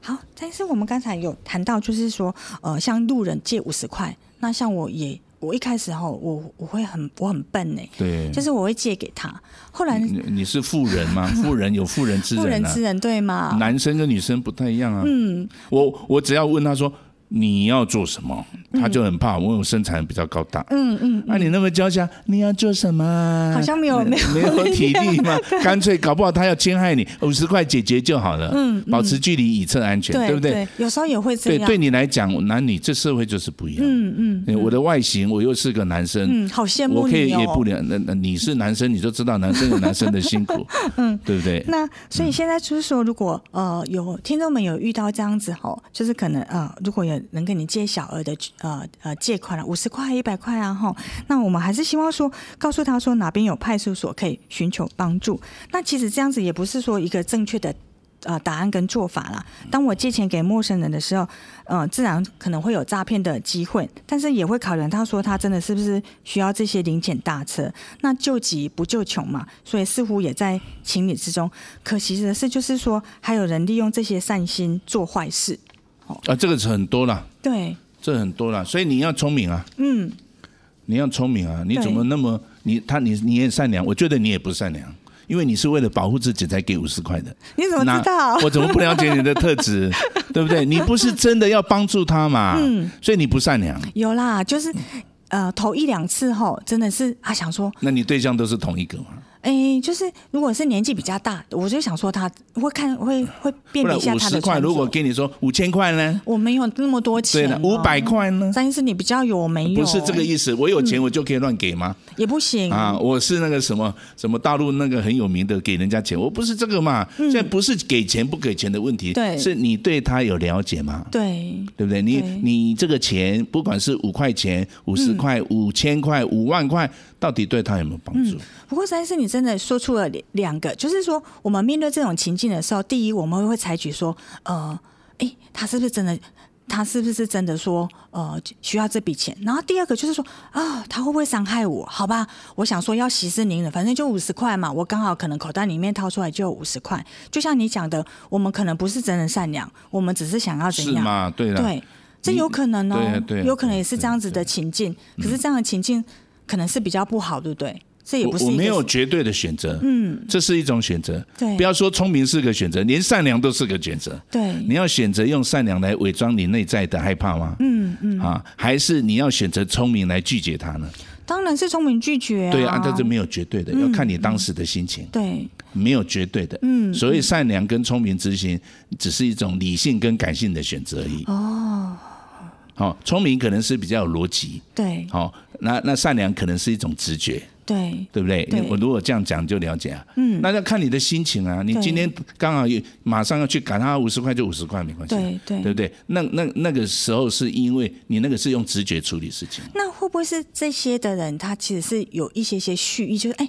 B: 好，但是我们刚才有谈到，就是说，呃，像路人借五十块，那像我也，我一开始哈，我我会很我很笨呢、欸
A: 对，
B: 就是我会借给他，后来
A: 嗯你你是富人 吗？富人有富人之
B: 妇
A: 仁
B: 人
A: 啊
B: 之，仁对吗？
A: 男生跟女生不太一样啊。
B: 嗯，
A: 我我只要问他说你要做什么，他就很怕。我因为我身材比较高大，
B: 嗯嗯，
A: 那、你那么娇小，你要做什么？
B: 好像没有没有
A: 没有体力 吗？干脆搞不好他要侵害你，五十块解决就好了。嗯，保持距离以测安全，
B: 对
A: 不对？
B: 对，有时候也会这
A: 对，
B: 样，
A: 对你来讲，男女这社会就是不一样。
B: 嗯嗯
A: 嗯，我的外形，我又是个男生。
B: 嗯，好羡
A: 我
B: 慕
A: 可以
B: 你
A: 也不
B: 哦。
A: 了，那那你是男生，你就知道男生有男生的辛 苦，嗯，对不对？
B: 那所以现在就是说，如果呃有听众们有遇到这样子吼，就是可能呃如果有人跟你借小额的呃呃借款了，五十块、一百块啊吼，那我们还是希望说告诉他说哪边有派出所可以寻求帮助。那其实这样子也不是说一个正确的。呃，答案跟做法啦。当我借钱给陌生人的时候，呃，自然可能会有诈骗的机会，但是也会考量到说他真的是不是需要这些零钱大车。那救急不救穷嘛，所以似乎也在情理之中。可惜的是，就是说还有人利用这些善心做坏事。
A: 啊，这个是很多啦，
B: 对，
A: 这很多啦，所以你要聪明啊，
B: 嗯，
A: 你要聪明啊，你
B: 对
A: 怎么那么你他你你也善良，我觉得你也不善良，因为你是为了保护自己才给五十块的，
B: 你怎么
A: 那
B: 知道？
A: 我怎么不了解你的特质，对不对？你不是真的要帮助他嘛，
B: 嗯
A: 所以你不善良。
B: 有啦，就是呃，头一两次吼，真的是啊，想说
A: 那你对象都是同一个嘛？
B: 哎、就是如果是年纪比较大，我就想说他会看会会
A: 不
B: 辨别
A: 然
B: 一下
A: 五
B: 他
A: 十
B: 的
A: 块，
B: 穿着。啊
A: 如果给你说五千块呢？
B: 我没有那么多
A: 对
B: 钱、
A: 了，五百。块呢？
B: 张医师，你比较有我没有？
A: 不是这个意思，我有
B: 嗯
A: 钱我就可以乱给吗？
B: 也不行
A: 啊，我是那个什么什么大陆那个很有名的给人家钱，我不是这个嘛。现在不是给钱不给钱的问题，
B: 嗯对
A: 是你对他有了解吗？
B: 对，
A: 对不对？你
B: 对嗯
A: 你这个钱，不管是五块钱、五十块、五千块、五万块，到底对他有没有帮助？
B: 不过，三是你真的说出了两两个，就是说，我们面对这种情境的时候，第一，我们会采取说，呃，诶，他是不是真的？他是不是真的说，呃，需要这笔钱？然后第二个就是说，啊、他会不会伤害我？好吧，我想说要息事宁人，反正就五十块嘛，我刚好可能口袋里面掏出来就有五十块。就像你讲的，我们可能不是真的善良，我们只是想要怎
A: 是
B: 样？
A: 吗？对了，啊
B: 对，这有可能哦，
A: 对啊对啊
B: 有可能也是
A: 对
B: 这样子的情境。可是这样的情境可能是比较不好，对不对？这也不
A: 我
B: 是
A: 我
B: 一个
A: 没有绝对的选择，
B: 嗯，
A: 这是一种选择。
B: 对
A: 不要说聪明是个选择，连善良都是个选择。
B: 对
A: 你要选择用善良来伪装你内在的害怕吗？嗯嗯啊，还是你要选择聪明来拒绝它呢？
B: 当然是聪明拒绝啊，嗯
A: 对啊，但是没有绝对的，要看你当时的心情，
B: 对
A: 没有绝对的。嗯，所谓善良跟聪明之心，只是一种理性跟感性的选择而已。哦，好，聪明可能是比较有逻辑，
B: 对
A: 好，那那善良可能是一种直觉。
B: 对
A: 对不对？
B: 对
A: 我如果这样讲就了解啊。嗯，那要看你的心情啊。你
B: 对
A: 今天刚好有马上要去赶他五十块就五十块没关系啊，
B: 对对
A: 对不对？那那那个时候是因为你那个是用直觉处理事情，
B: 那会不会是这些的人，他其实是有一些些蓄意，就是哎，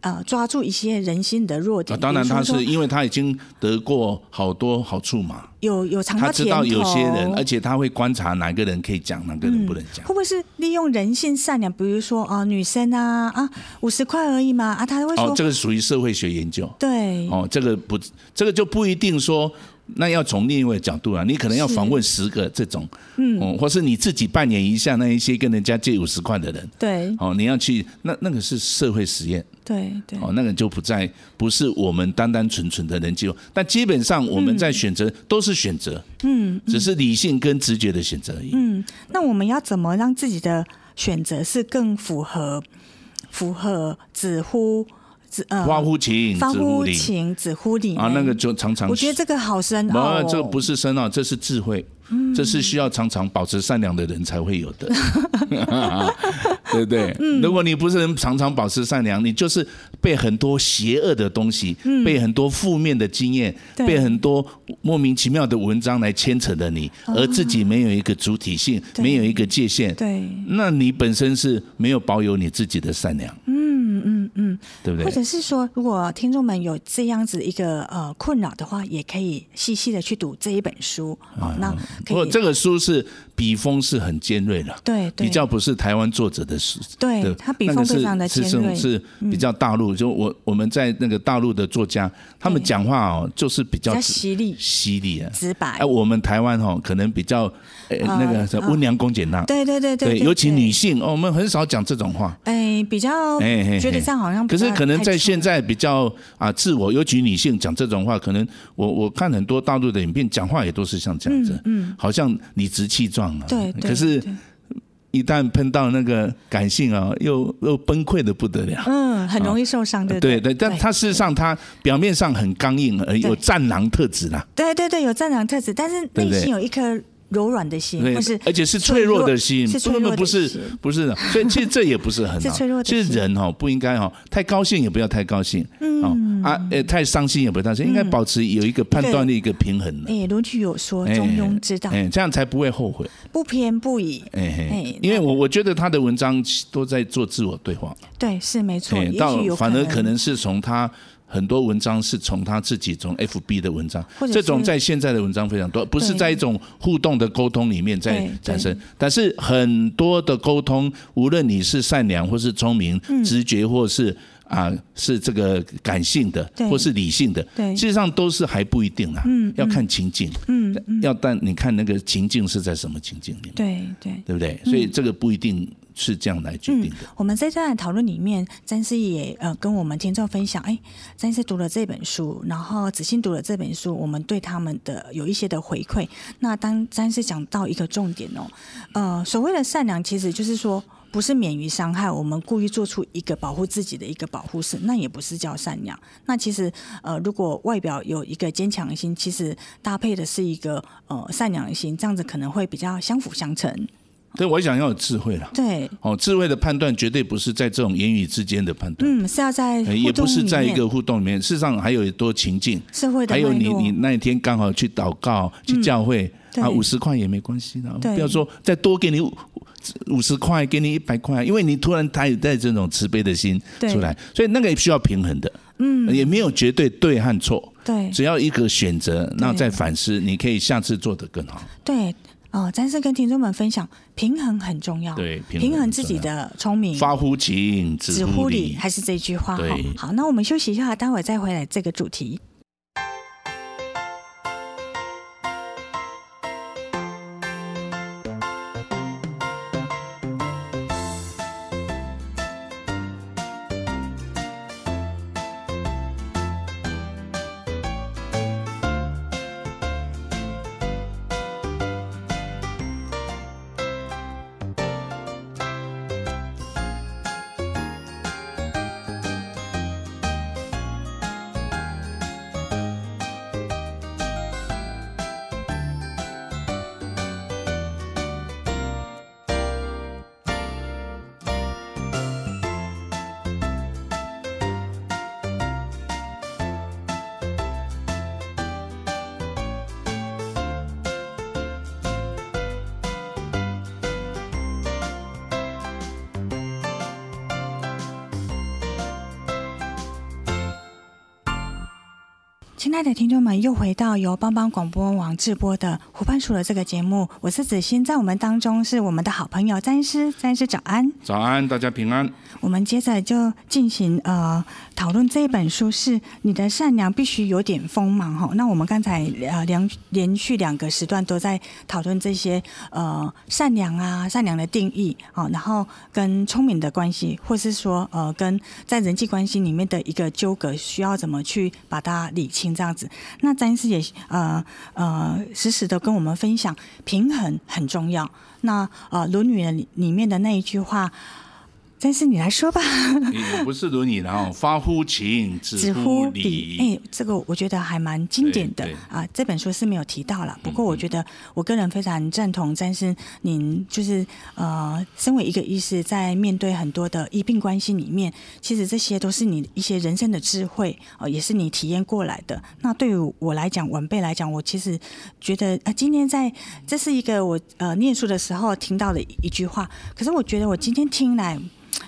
B: 呃抓住一些人性的弱
A: 啊
B: 点。
A: 当然他
B: 比如
A: 是
B: 说
A: 因为他已经得过好多好处嘛，
B: 有有尝
A: 他
B: 到
A: 知
B: 甜
A: 道
B: 头，嗯
A: 有些人，而且他会观察哪个人可以讲，哪个人不能讲
B: 会。不会是利用人性善良？比如说啊、呃女生啊啊，五十块而已嘛啊，他会说、
A: 哦，这个属于社会学研究。
B: 对，
A: 哦，这个不，这个就不一定说，那要从另外一个角度啊，你可能要访问十个这种，嗯、或是你自己扮演一下那一些跟人家借五十块的人。
B: 对
A: 哦，你要去那那个是社会实验，
B: 对对，
A: 哦，那个就不在不是我们单单纯纯的人际，但基本上我们
B: 嗯
A: 在选择、都是选择，嗯，只是理性跟直觉的选择而已。
B: 嗯，那我们要怎么让自己的选择是更符合符合子乎子呃
A: 花乎情，
B: 发
A: 子乎
B: 乎
A: 灵
B: 情子乎理
A: 啊，
B: 呢
A: 那个就常常
B: 哎我觉得这个好深
A: 不
B: 奥、哦，，
A: 这不是深奥，这是智慧，
B: 嗯
A: 这是需要常常保持善良的人才会有 的，对不对？
B: 嗯
A: 如果你不是人常常保持善良，你就是被很多邪恶的东西，被很多负面的经验，
B: 嗯对
A: 被很多莫名其妙的文章来牵扯的你，而自己没有一个主体性，
B: 啊对
A: 没有一个界限，
B: 对，
A: 那你本身是没有保有你自己的善良，
B: 嗯嗯嗯，
A: 对不
B: 或
A: 对？
B: 者是说，如果听众们有这样子一个呃困扰的话，也可以细细的去读这一本书，哦、那可
A: 啊不，
B: 以
A: 这个书是笔锋是很尖锐的，
B: 对对
A: 比较不是台湾作者的书，
B: 对
A: 对，
B: 它笔
A: 那个
B: 锋
A: 是
B: 非常的嗯尖锐，
A: 是是是比较大陆，就我我们在那个大陆的作家，他们讲话哦，就是比
B: 比
A: 较
B: 较犀利
A: 犀利啊。
B: 直白
A: 哎，，我们台湾哦，可能比较呃那个什么温良恭俭让，
B: 啊对对对对，
A: 尤其女性哦，我们很少讲这种话。
B: 哎比较
A: 哎嘿
B: 觉得这样好像
A: 可
B: 不
A: 是
B: 太
A: 可能
B: 太
A: 在
B: 出
A: 现在比较啊自我，尤其女性讲这种话，可能我我看很多大陆的影片，讲话也都是像这样子，嗯，好像理直气壮啊。
B: 对对
A: 可是
B: 对
A: 一旦碰到那个感性啊，又又崩溃的不得了。
B: 嗯很容易受伤，对不
A: 啊对对，
B: 对
A: 但他事实上他表面上很刚硬，而有
B: 对
A: 战狼特质啦，
B: 对对对有战狼特质，但是
A: 对不
B: 内
A: 对
B: 心有一颗柔软的心，
A: 对哎
B: 或是，
A: 而且是脆弱的心
B: 是，脆
A: 不
B: 弱
A: 不不
B: 的
A: 是
B: 心
A: 不是的，所以其实这也不是很
B: 是
A: 好
B: 脆弱。的
A: 其实
B: 心
A: 人哦不应该哦太高兴也不要太高兴，哦
B: 嗯
A: 啊呃太伤心也不要太伤心，应该保持有一个判断力一个平衡的，
B: 哎，论据有说
A: 哎
B: 中庸之道，
A: 哎这样才不会后悔。
B: 不偏不倚，
A: 哎嘿
B: 哎，
A: 因为我我觉得他的文章都在做自我对话，
B: 对，是没错，
A: 对，
B: 也
A: 哎到
B: 许有
A: 反而可能是从他很多文章是从他自己从 FB 的文章
B: 或，者是
A: 这种在现在的文章非常多，不是
B: 对
A: 在一种互动的沟通里面在
B: 对
A: 产生。但是很多的沟通，无论你是善良或是聪明、
B: 嗯
A: 直觉或是啊、是这个感性的
B: 对
A: 或是理性的，
B: 对嗯
A: 事实上都是还不一定啦，要看情境，要但你看那个情境是在什么情境里面，
B: 对嗯对。
A: 对不对？所以这个不一定是这样来决定的。
B: 我们在这段讨论里面，詹师也呃跟我们听众分享，哎，詹师读了这本书，然后子欣读了这本书，我们对他们的有一些的回馈。那当詹师讲到一个重点哦，呃，所谓的善良，其实就是说。不是免于伤害，我们故意做出一个保护自己的一个保护式，那也不是叫善良。那其实，呃，如果外表有一个坚强的心，其实搭配的是一个呃善良的心，这样子可能会比较相辅相成。
A: 所以我想要有智慧了。
B: 对，
A: 哦，智慧的判断绝对不是在这种言语之间的判断，
B: 嗯，是要在
A: 呃
B: 互
A: 也不
B: 动
A: 是
B: 里
A: 在一
B: 面
A: 个互动里面。事实上还有很多情境，
B: 社会的
A: 还有
B: 脉
A: 你
B: 络嗯
A: 你那一天刚好去祷告、去教会
B: 对
A: 啊，五十块也没关系的，
B: 对
A: 不要说再多给你五十块，给你一百块，因为你突然他有带这种慈悲的心
B: 对
A: 出来，所以那个也需要平衡的，嗯，也没有绝对对和错。
B: 对
A: 只要一个选择，那再反思，你可以下次做得更好。
B: 对哦，詹森跟听众们分享，平衡很重要，
A: 对平衡
B: 平衡
A: 很
B: 自
A: 重
B: 己
A: 要
B: 的聪明。
A: 发乎情，
B: 止
A: 止
B: 乎
A: 乎
B: 礼
A: 礼，
B: 还是这句话哈
A: 对。
B: 好，那我们休息一下，待会儿再回来这个主题。亲爱的听众们，又回到由帮帮广播网直播的《湖畔书》的这个节目，我是子欣，在我们当中是我们的好朋友詹医师，詹医师早安。
A: 早安，大家平安。
B: 我们接着就进行呃讨论这一本书是你的善良必须有点锋芒哈。那我们刚才呃连连续两个时段都在讨论这些呃善良啊善良的定义啊、哦然后跟聪明的关系，或是说呃跟在人际关系里面的一个纠葛，需要怎么去把它理清这样子。那詹医师也呃呃时时的跟我们分享平衡很重要。那呃《论语》里面的那一句话。但是你来说吧，
A: 也不是轮椅，然后发乎情，止
B: 纸
A: 乎
B: 乎笔，哎、
A: 礼。
B: 这个我觉得还蛮经典的
A: 对嗯
B: 啊。这本书是没有提到了，不过我觉得我个人非常赞同詹生，您就是呃，身为一个医师，在面对很多的医病关系里面，其实这些都是你一些人生的智慧，呃，也是你体验过来的。那对于我来讲，晚辈来讲，我其实觉得啊、呃今天在这是一个我呃念书的时候听到的一一句话，可是我觉得我今天听来。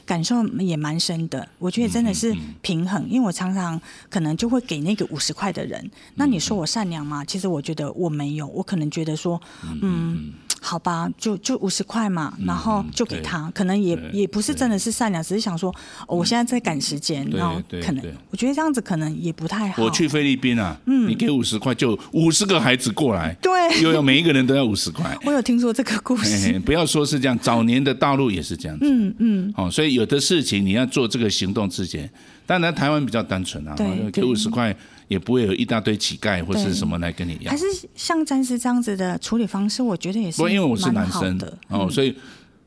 B: 感受也蛮深的，我觉得真的
A: 嗯
B: 是平衡，因为我常常可能就会给那个五十块的
A: 嗯
B: 人。那你说我善良吗？其实我觉得我没有，我可能觉得说，嗯，好吧，就就五十块嘛，然后就给他，可能也
A: 嗯对嗯
B: 也不是真的是善良，只是想说，哦我现在在赶时间，
A: 对
B: 然后
A: 对
B: 可能
A: 对
B: 我觉得这样子可能也不太好。嗯
A: 我去菲律宾啊，你给五十块，就五十个孩子过来，
B: 对
A: 又要每一个人都要五十 块。
B: 我有听说这个故
A: 嘿
B: 事，
A: 嘿，不要说是这样，早年的大陆也是这样子。嗯嗯。哦，所以有的事情你要做这个行动之前，当然台湾比较单纯啊
B: 对，
A: 给
B: 对
A: 五十块也不会有一大堆乞丐或
B: 对
A: 是什么来跟你要
B: 还。是像詹师这样子的处理方式，我觉得也是
A: 不过因为我是
B: 蛮
A: 男
B: 好
A: 生
B: 的，嗯
A: 哦，所以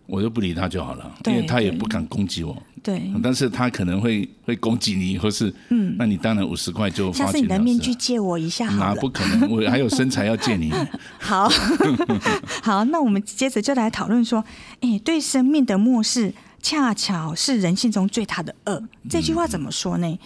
A: 我就不理他就好了，
B: 对
A: 因为他也不敢攻击我。
B: 对。
A: 但是他可能会会攻击你，或是嗯，那你当然五十块就
B: 下
A: 花
B: 次
A: 钱
B: 你
A: 了
B: 的
A: 事
B: 面具
A: 啊
B: 借我一下好
A: 哪
B: 了。
A: 不可能？我还有身材要借 你，
B: 好好，那我们接着就来讨论说，哎，对生命的漠视，恰巧是人性中最大的恶。这句话怎么说呢？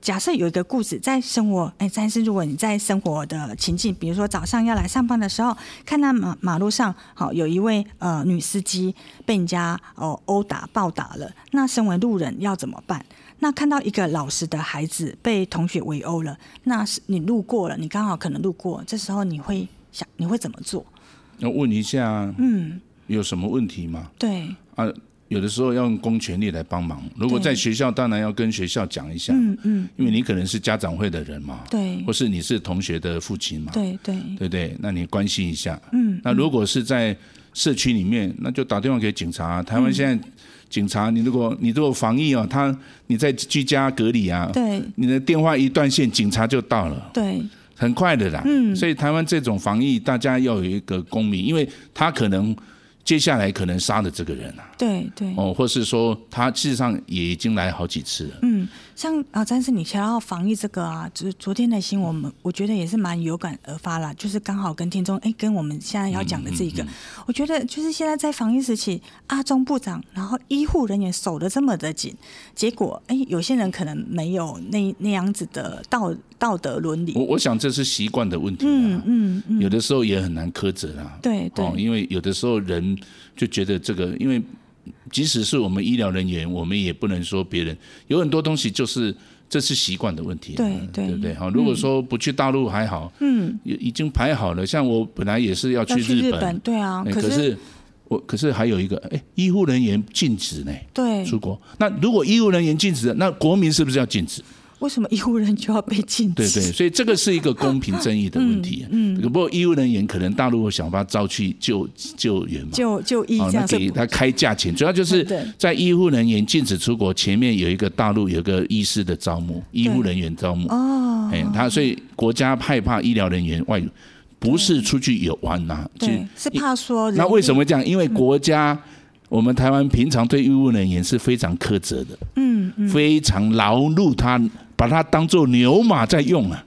B: 假设有一个故事，在生活，哎，但是如果你在生活的情境，比如说早上要来上班的时候，看到马马路上好有一位呃女司机被人家哦殴打暴打了，那身为路人要怎么办？那看到一个老实的孩子被同学围殴了，那是你路过了，你刚好可能路过，这时候你会想你会怎么做？
A: 要问一下
B: 嗯，
A: 有什么问题吗？
B: 对，
A: 啊，有的时候要用公权力来帮忙。如果
B: 对
A: 在学校，当然要跟学校讲一下，
B: 嗯嗯，
A: 因为你可能是家长会的人嘛，
B: 对
A: 或是你是同学的父亲嘛，
B: 对对
A: 对不对？那你关心一下。
B: 嗯，
A: 那如果是在社区里面，那就打电话给警察
B: 嗯
A: 啊、台湾现在警察，你如果你如果防疫哦，他你在居家隔离啊，
B: 对
A: 你的电话一断线，警察就到了，
B: 对
A: 很快的啦。
B: 嗯
A: 所以台湾这种防疫，大家要有一个公民，因为他可能接下来可能杀了这个人啊，
B: 对对，
A: 哦，或是说他事实上也已经来好几次了。
B: 嗯，像啊，但是你提到防疫这个啊，昨昨天的新闻，我
A: 嗯
B: 们我觉得也是蛮有感而发啦，就是刚好跟听众哎，跟我们现在要讲的这个，
A: 嗯
B: 我觉得就是现在在防疫时期，阿中部长，然后医护人员守得这么的紧，结果哎，有些人可能没有那那样子的道道德伦
A: 我
B: 理，
A: 我想这是习惯的问题啊。
B: 嗯嗯嗯，
A: 有的时候也很难苛责啊。
B: 对对
A: 哦，因为有的时候人就觉得这个，因为即使是我们医疗人员，我们也不能说别人有很多东西就是这是习惯的问题啊、
B: 对对
A: 对不对？好，如果说不去大陆还好，嗯，已经排好了。像我本来也是要去
B: 要去日
A: 本，
B: 本，对啊，
A: 哎
B: 可
A: 可是我可是还有一个，哎，医护人员禁止呢。
B: 对，
A: 出国，那如果医护人员禁止了，那国民是不是要禁止？
B: 为什么医护人就要被禁
A: 对
B: 止？
A: 对，所以这个是一个公平正义的问题。嗯，不过医务人员可能大陆想把他招去救救援嘛，
B: 就就医
A: 哦
B: 这，
A: 那
B: 样是
A: 给
B: 不嗯
A: 他开价钱，主要就是
B: 对
A: 在医护人员禁止出国前面有一个大陆有一个医师的招募，医护人员招募哦，哎，他所以国家害怕医疗人员外不是出去游玩呐、就
B: 对，是怕说人
A: 那为什
B: 力
A: 么这样？因为国家。我们台湾平常对医务人员是非常苛责的，嗯，非常劳碌他，把他当做牛马在用啊。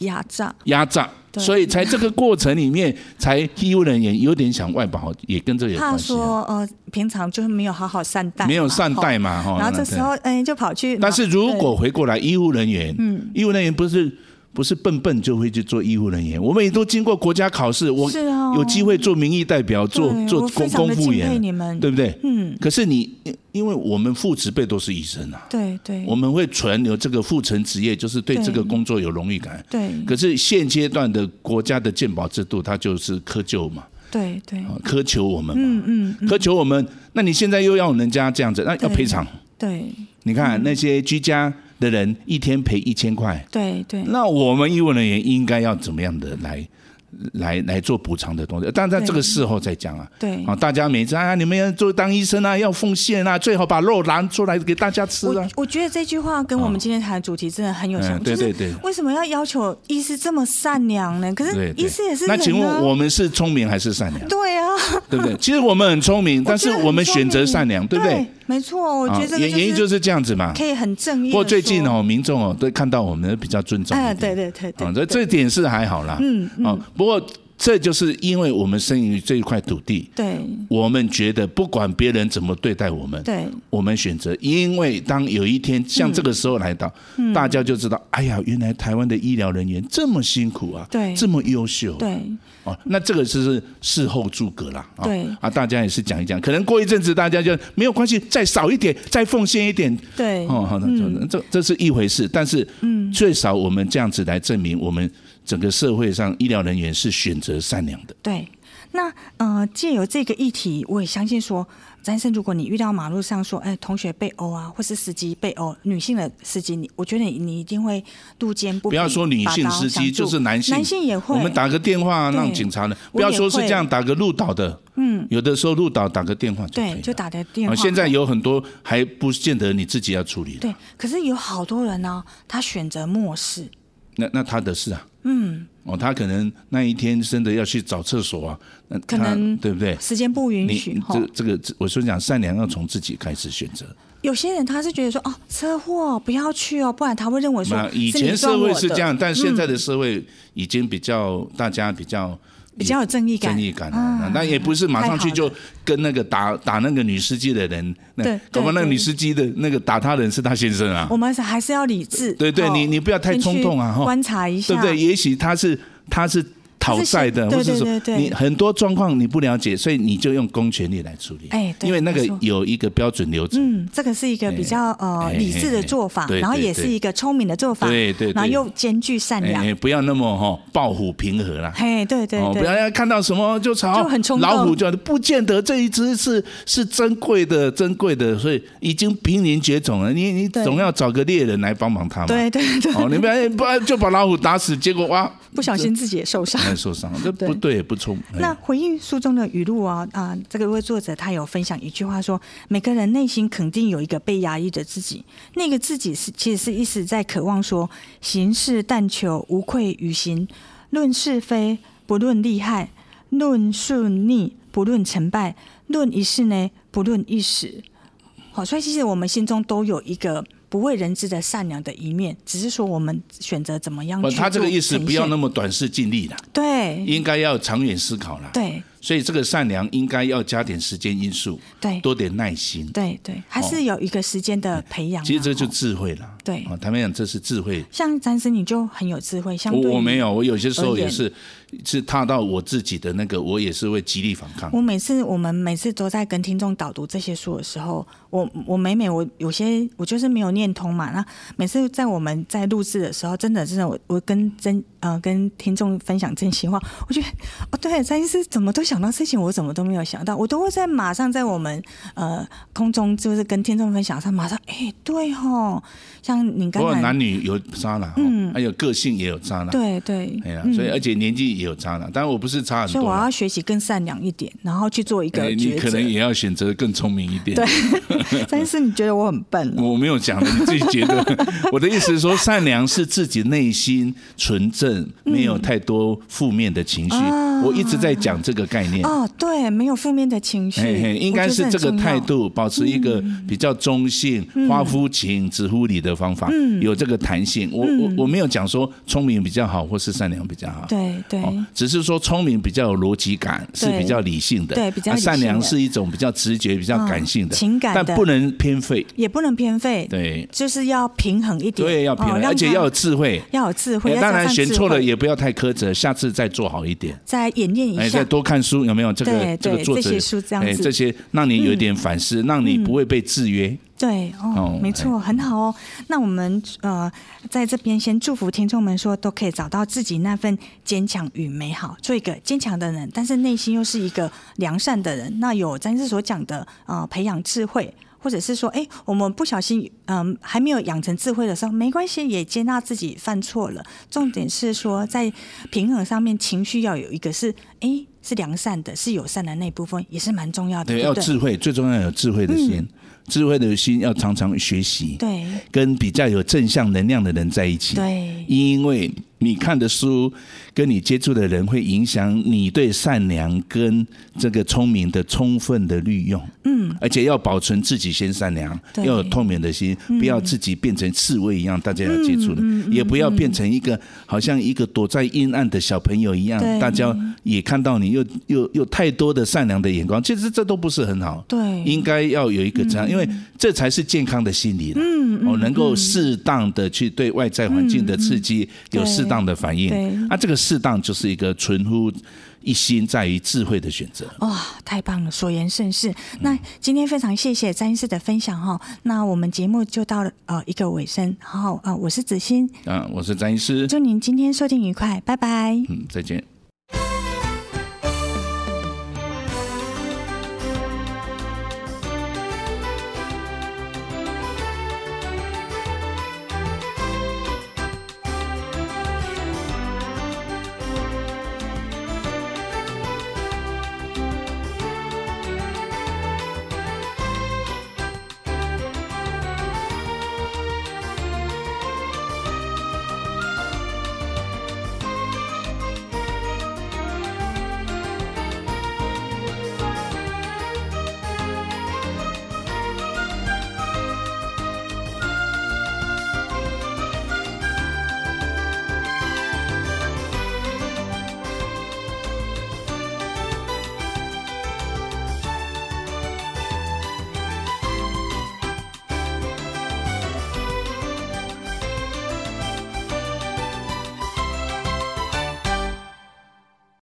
B: 压榨？
A: 压榨，
B: 对
A: 所以才这个过程里面，才医务人员有点想外保，也跟这有
B: 怕
A: 关系啊、
B: 说呃，平常就是没有好好善待嘛，
A: 没有善待嘛，哦
B: 吼。
A: 哈。
B: 然后
A: 那
B: 哎这时候，嗯，就跑去。
A: 但是如果回过来，医务人员，嗯，医务人员不是不是笨笨就会去做医护人员，我们也都经过国家考试，我
B: 是哦
A: 有机会做民意代表，做
B: 对
A: 做
B: 我非
A: 公
B: 常
A: 公
B: 的
A: 务
B: 敬佩
A: 员，
B: 你们，
A: 对不对？
B: 嗯，
A: 可是你因因为我们父职辈都是医生啊，
B: 对对，
A: 我们会存有这个父承职业，就是对
B: 对
A: 这个工作有荣誉感。
B: 对
A: 可是现阶段的国家的健保制度，它就是苛求嘛，
B: 对对，
A: 啊苛求我们嘛，
B: 嗯嗯嗯，
A: 苛求我们。那你现在又要人家这样子，那要
B: 对
A: 赔偿。
B: 对
A: 你看那些
B: 嗯
A: 居家的人一天赔一千块，
B: 对对，
A: 那我们医务人员应该要怎么样的来来来做补偿的东西？但在这个事后再讲啊。
B: 对
A: 啊，大家每次啊，你们要做当医生啊，要奉献啊，最好把肉拿出来给大家吃啊
B: 我。我觉得这句话跟我们今天谈的主题真的很有
A: 嗯
B: 相关，
A: 对
B: 就
A: 对
B: 是
A: 对
B: 为什么要要求医师这么善良呢？可
A: 对
B: 是
A: 对
B: 医师也是
A: 那请
B: 人啊
A: 问我们是聪明还是善良？
B: 对啊，
A: 对不对？其实我们很聪明，但是
B: 觉得很
A: 我们选择善良，对
B: 对
A: 不对？？啊
B: 没错，我觉得这
A: 原原因
B: 个
A: 就是是这样子嘛。
B: 可以很正义。
A: 不过最近，哦，民众哦都看到我们比较尊重一点。
B: 哎，对对对对，
A: 啊，这这点是还好啦。
B: 嗯
A: 啊
B: 嗯，，
A: 不过这就是因为我们生于这一块土地，
B: 对
A: 我们觉得不管别人怎么对待我们，
B: 对嗯
A: 我们选择，因为当有一天像这个时候来到，大家就知道，哎呀，原来台湾的医疗人员这么辛苦啊，
B: 对
A: 这么优秀啊，
B: 对
A: 哦，那这个是事后诸葛啦，啊
B: 对
A: 啊，大家也是讲一讲，可能过一阵子大家就没有关系，再少一点，再奉献一点，
B: 对，嗯
A: 哦，好的，这这这是一回事，但是，最少我们这样子来证明，我们整个社会上医疗人员是选择善良的，
B: 对，那呃，借由这个议题，我也相信说，詹生，如果你遇到马路上说，哎，同学被殴啊，或是司机被殴，女性的司机，你我觉得你你一定会路见不
A: 不
B: 平
A: 要说女
B: 拔
A: 性
B: 刀
A: 司
B: 相
A: 机，
B: 助
A: 就是男性，
B: 男性也会，
A: 我们打个电话
B: 对
A: 让警察呢，
B: 我
A: 不
B: 也
A: 要说是
B: 会
A: 这样，打个路导的，嗯，有的时候路导打个电话就可以
B: 对
A: 了，
B: 就打的电
A: 啊
B: 话。
A: 现在有很多还不见得你自己要处理的，
B: 对，可是有好多人呢、他选择漠视，
A: 那那他的事啊，嗯，哦，他可能那一天真的要去找厕所啊，那
B: 可
A: 他
B: 能
A: 对不对？
B: 时间不允
A: 你
B: 许哈。
A: 这这个，这我说讲善良要从自己开始选择。
B: 有些人他是觉得说，哦，车祸不要去哦，不然他会认为说
A: 那，以
B: 是
A: 前
B: 你撞
A: 社会
B: 我
A: 是
B: 的嗯
A: 这样，但现在的社会已经比较大家比较
B: 比较有正义感啊
A: 正义感了，那也不是马上去就跟那个打打那个女司机的人，那
B: 对
A: 搞不好
B: 对
A: 那个
B: 对
A: 女司机的那个打他的人是他先生啊
B: 我，们还是要理智。
A: 对对
B: 哦
A: 你你不要太
B: 先
A: 冲
B: 去
A: 动啊哈
B: 观察一下，
A: 对不对？也许他是他是讨债的，
B: 他
A: 或
B: 是
A: 者
B: 先
A: 什么
B: 对对对，对
A: 你很多状况你不了解，所以你就用公权力来处理，
B: 哎对
A: 因为那个
B: 没错
A: 有一个标准流程，
B: 嗯，这个是一个比较呃
A: 哎
B: 理智的做法，
A: 对
B: 然后
A: 对
B: 也
A: 对
B: 是一个聪明的做法，
A: 对对对
B: 然后又兼具善良，
A: 哎，不要那么哈暴虎平和啦。
B: 嘿，对对
A: 哦，不
B: 对，
A: 要看到什么就吵，
B: 就很冲动
A: 老虎就不见得这一只是是珍贵的，珍贵的，所以已经濒临绝种了。你你
B: 对
A: 总要找个猎人来帮忙它嘛。，
B: 对对对，
A: 哦，你不要不然就把老虎打死，结果哇，
B: 不小心自己也受伤。
A: 还受伤，这
B: 对
A: 不对，不冲。哎
B: 那回应书中的语录啊啊、这个位作者他有分享一句话说：每个人内心肯定有一个被压抑的自己，那个自己是其实是一直在渴望说行事但求无愧于心，论是非不论利害，论顺逆不论成败，论一事呢不论一时。好，所以其实我们心中都有一个不为人知的善良的一面，只是说我们选择怎么样
A: 不，
B: 去
A: 他这个
B: 做
A: 意思
B: 呈
A: 不要
B: 现
A: 那么短视尽力啦，
B: 对
A: 应该要长远思考啦。，
B: 对
A: 所以这个善良应该要加点时间因素，
B: 对
A: 多点耐心。
B: 对对，还是有一个时间的培养啊、
A: 哦其实这就
B: 哦
A: 智慧啦。
B: 对
A: 啊，他们讲这是智慧。
B: 像詹森，你就很有智慧，相
A: 我
B: 对
A: 我
B: 于
A: 没，有，我有些时候
B: 而
A: 也
B: 言
A: 是是踏到我自己的那个，我也是会极力反抗。
B: 我每次我们每次都在跟听众导读这些书的时候，我我每每我有些我就是没有念通嘛，那每次在我们在录制的时候，真的真的我我跟真呃跟听众分享真心话，我觉得哦对，詹森怎么都想到事情，我怎么都没有想到，我都会在马上在我们呃空中就是跟听众分享上，马上哎对吼，像你
A: 不
B: 刚
A: 过
B: 才
A: 男女有渣男，嗯，还有个性也有渣男，
B: 对对
A: 哎呀，所以而且年纪也有渣男，当然我不是差很
B: 所以
A: 多
B: 我
A: 啦
B: 要，学习更善良一点，然后去做一个
A: 哎你
B: 抉
A: 可能
B: 择。
A: 也要选择更聪明一点。对，
B: 但是你觉得我很笨哦、
A: 我没有讲的，你自己觉得。
B: 嗯
A: 我的意思是说，善良是自己内心纯正，没有太多负面面的情绪
B: 哦。
A: 我一直在讲这个概念。
B: 哦，对，没有负面的情绪
A: 嗯嘿嘿，，应该是这个态度，保持一个
B: 嗯
A: 比较中性、花乎情、止乎礼的方法，
B: 嗯
A: 有这个弹性。我我我没有讲说聪明比较好，或是善良比较好
B: 我，觉得很重要。嗯对
A: 哦，只是说聪明比较有逻辑感，是
B: 对
A: 比较理性的，
B: 对比较
A: 啊
B: 理性的
A: 善良是一种比较直觉、比较感性的，
B: 嗯情感的
A: 但不能偏废，
B: 对，也不能偏废，
A: 对
B: 就是要平衡一点，
A: 对，要平
B: 哦
A: 衡，
B: 让
A: 而且
B: 它
A: 要有智慧。
B: 要有智慧，
A: 也
B: 要
A: 当
B: 加
A: 然
B: 上
A: 选
B: 智
A: 错了
B: 慧
A: 也不要太苛责，下次再做好一点。
B: 再演练
A: 哎，
B: 一
A: 再
B: 下，
A: 多看书有没有？这
B: 对
A: 个这个
B: 对
A: 作
B: 这
A: 者
B: 些书这样
A: 哎，
B: 子嗯
A: 这些让你有一点反思，让你不会被制约。
B: 对哦
A: 哦，
B: 没错，很好哦。那我们呃，在这边先祝福听众们说，都可以找到自己那份坚强与美好，做一个坚强的人，但是内心又是一个良善的人。那有詹士所讲的呃，培养智慧。或者是说，哎、我们不小心，嗯，还没有养成智慧的时候，没关系，也接纳自己犯错了。重点是说，在平衡上面，情绪要有一个是，哎、是良善的，是友善的那一部分，也是蛮重要的。
A: 对，
B: 对
A: 要
B: 不对，嗯
A: 智慧，最重要有智慧的心，智慧的心要常常学习，
B: 对
A: 跟比较有正向能量的人在一起。
B: 对，
A: 因为你看的书跟你接触的人会影响你对善良跟这个聪明的充分的利用。嗯，而且要保存自己先善良，
B: 对嗯
A: 要有透明的心，不要自己变成刺猬一样，大家要接触的，也不要变成一个好像一个躲在阴暗的小朋友一样
B: 对，
A: 大家也看到你又又又太多的善良的眼光，其实这都不是很好。
B: 对
A: 应该要有一个这样，因为这才是健康的心理了。嗯，哦，能够适当的去对外在环境的刺激有适当的反应
B: 对对。
A: 啊，这个适当就是一个存乎一心，在于智慧的选择。
B: 哇、太棒了，所言甚是。那今天非常谢谢詹医师的分享哈、那我们节目就到了呃一个尾声，然后呃我是子欣，
A: 啊，我是詹医师，
B: 祝您今天收听愉快，拜拜。
A: 嗯，再见。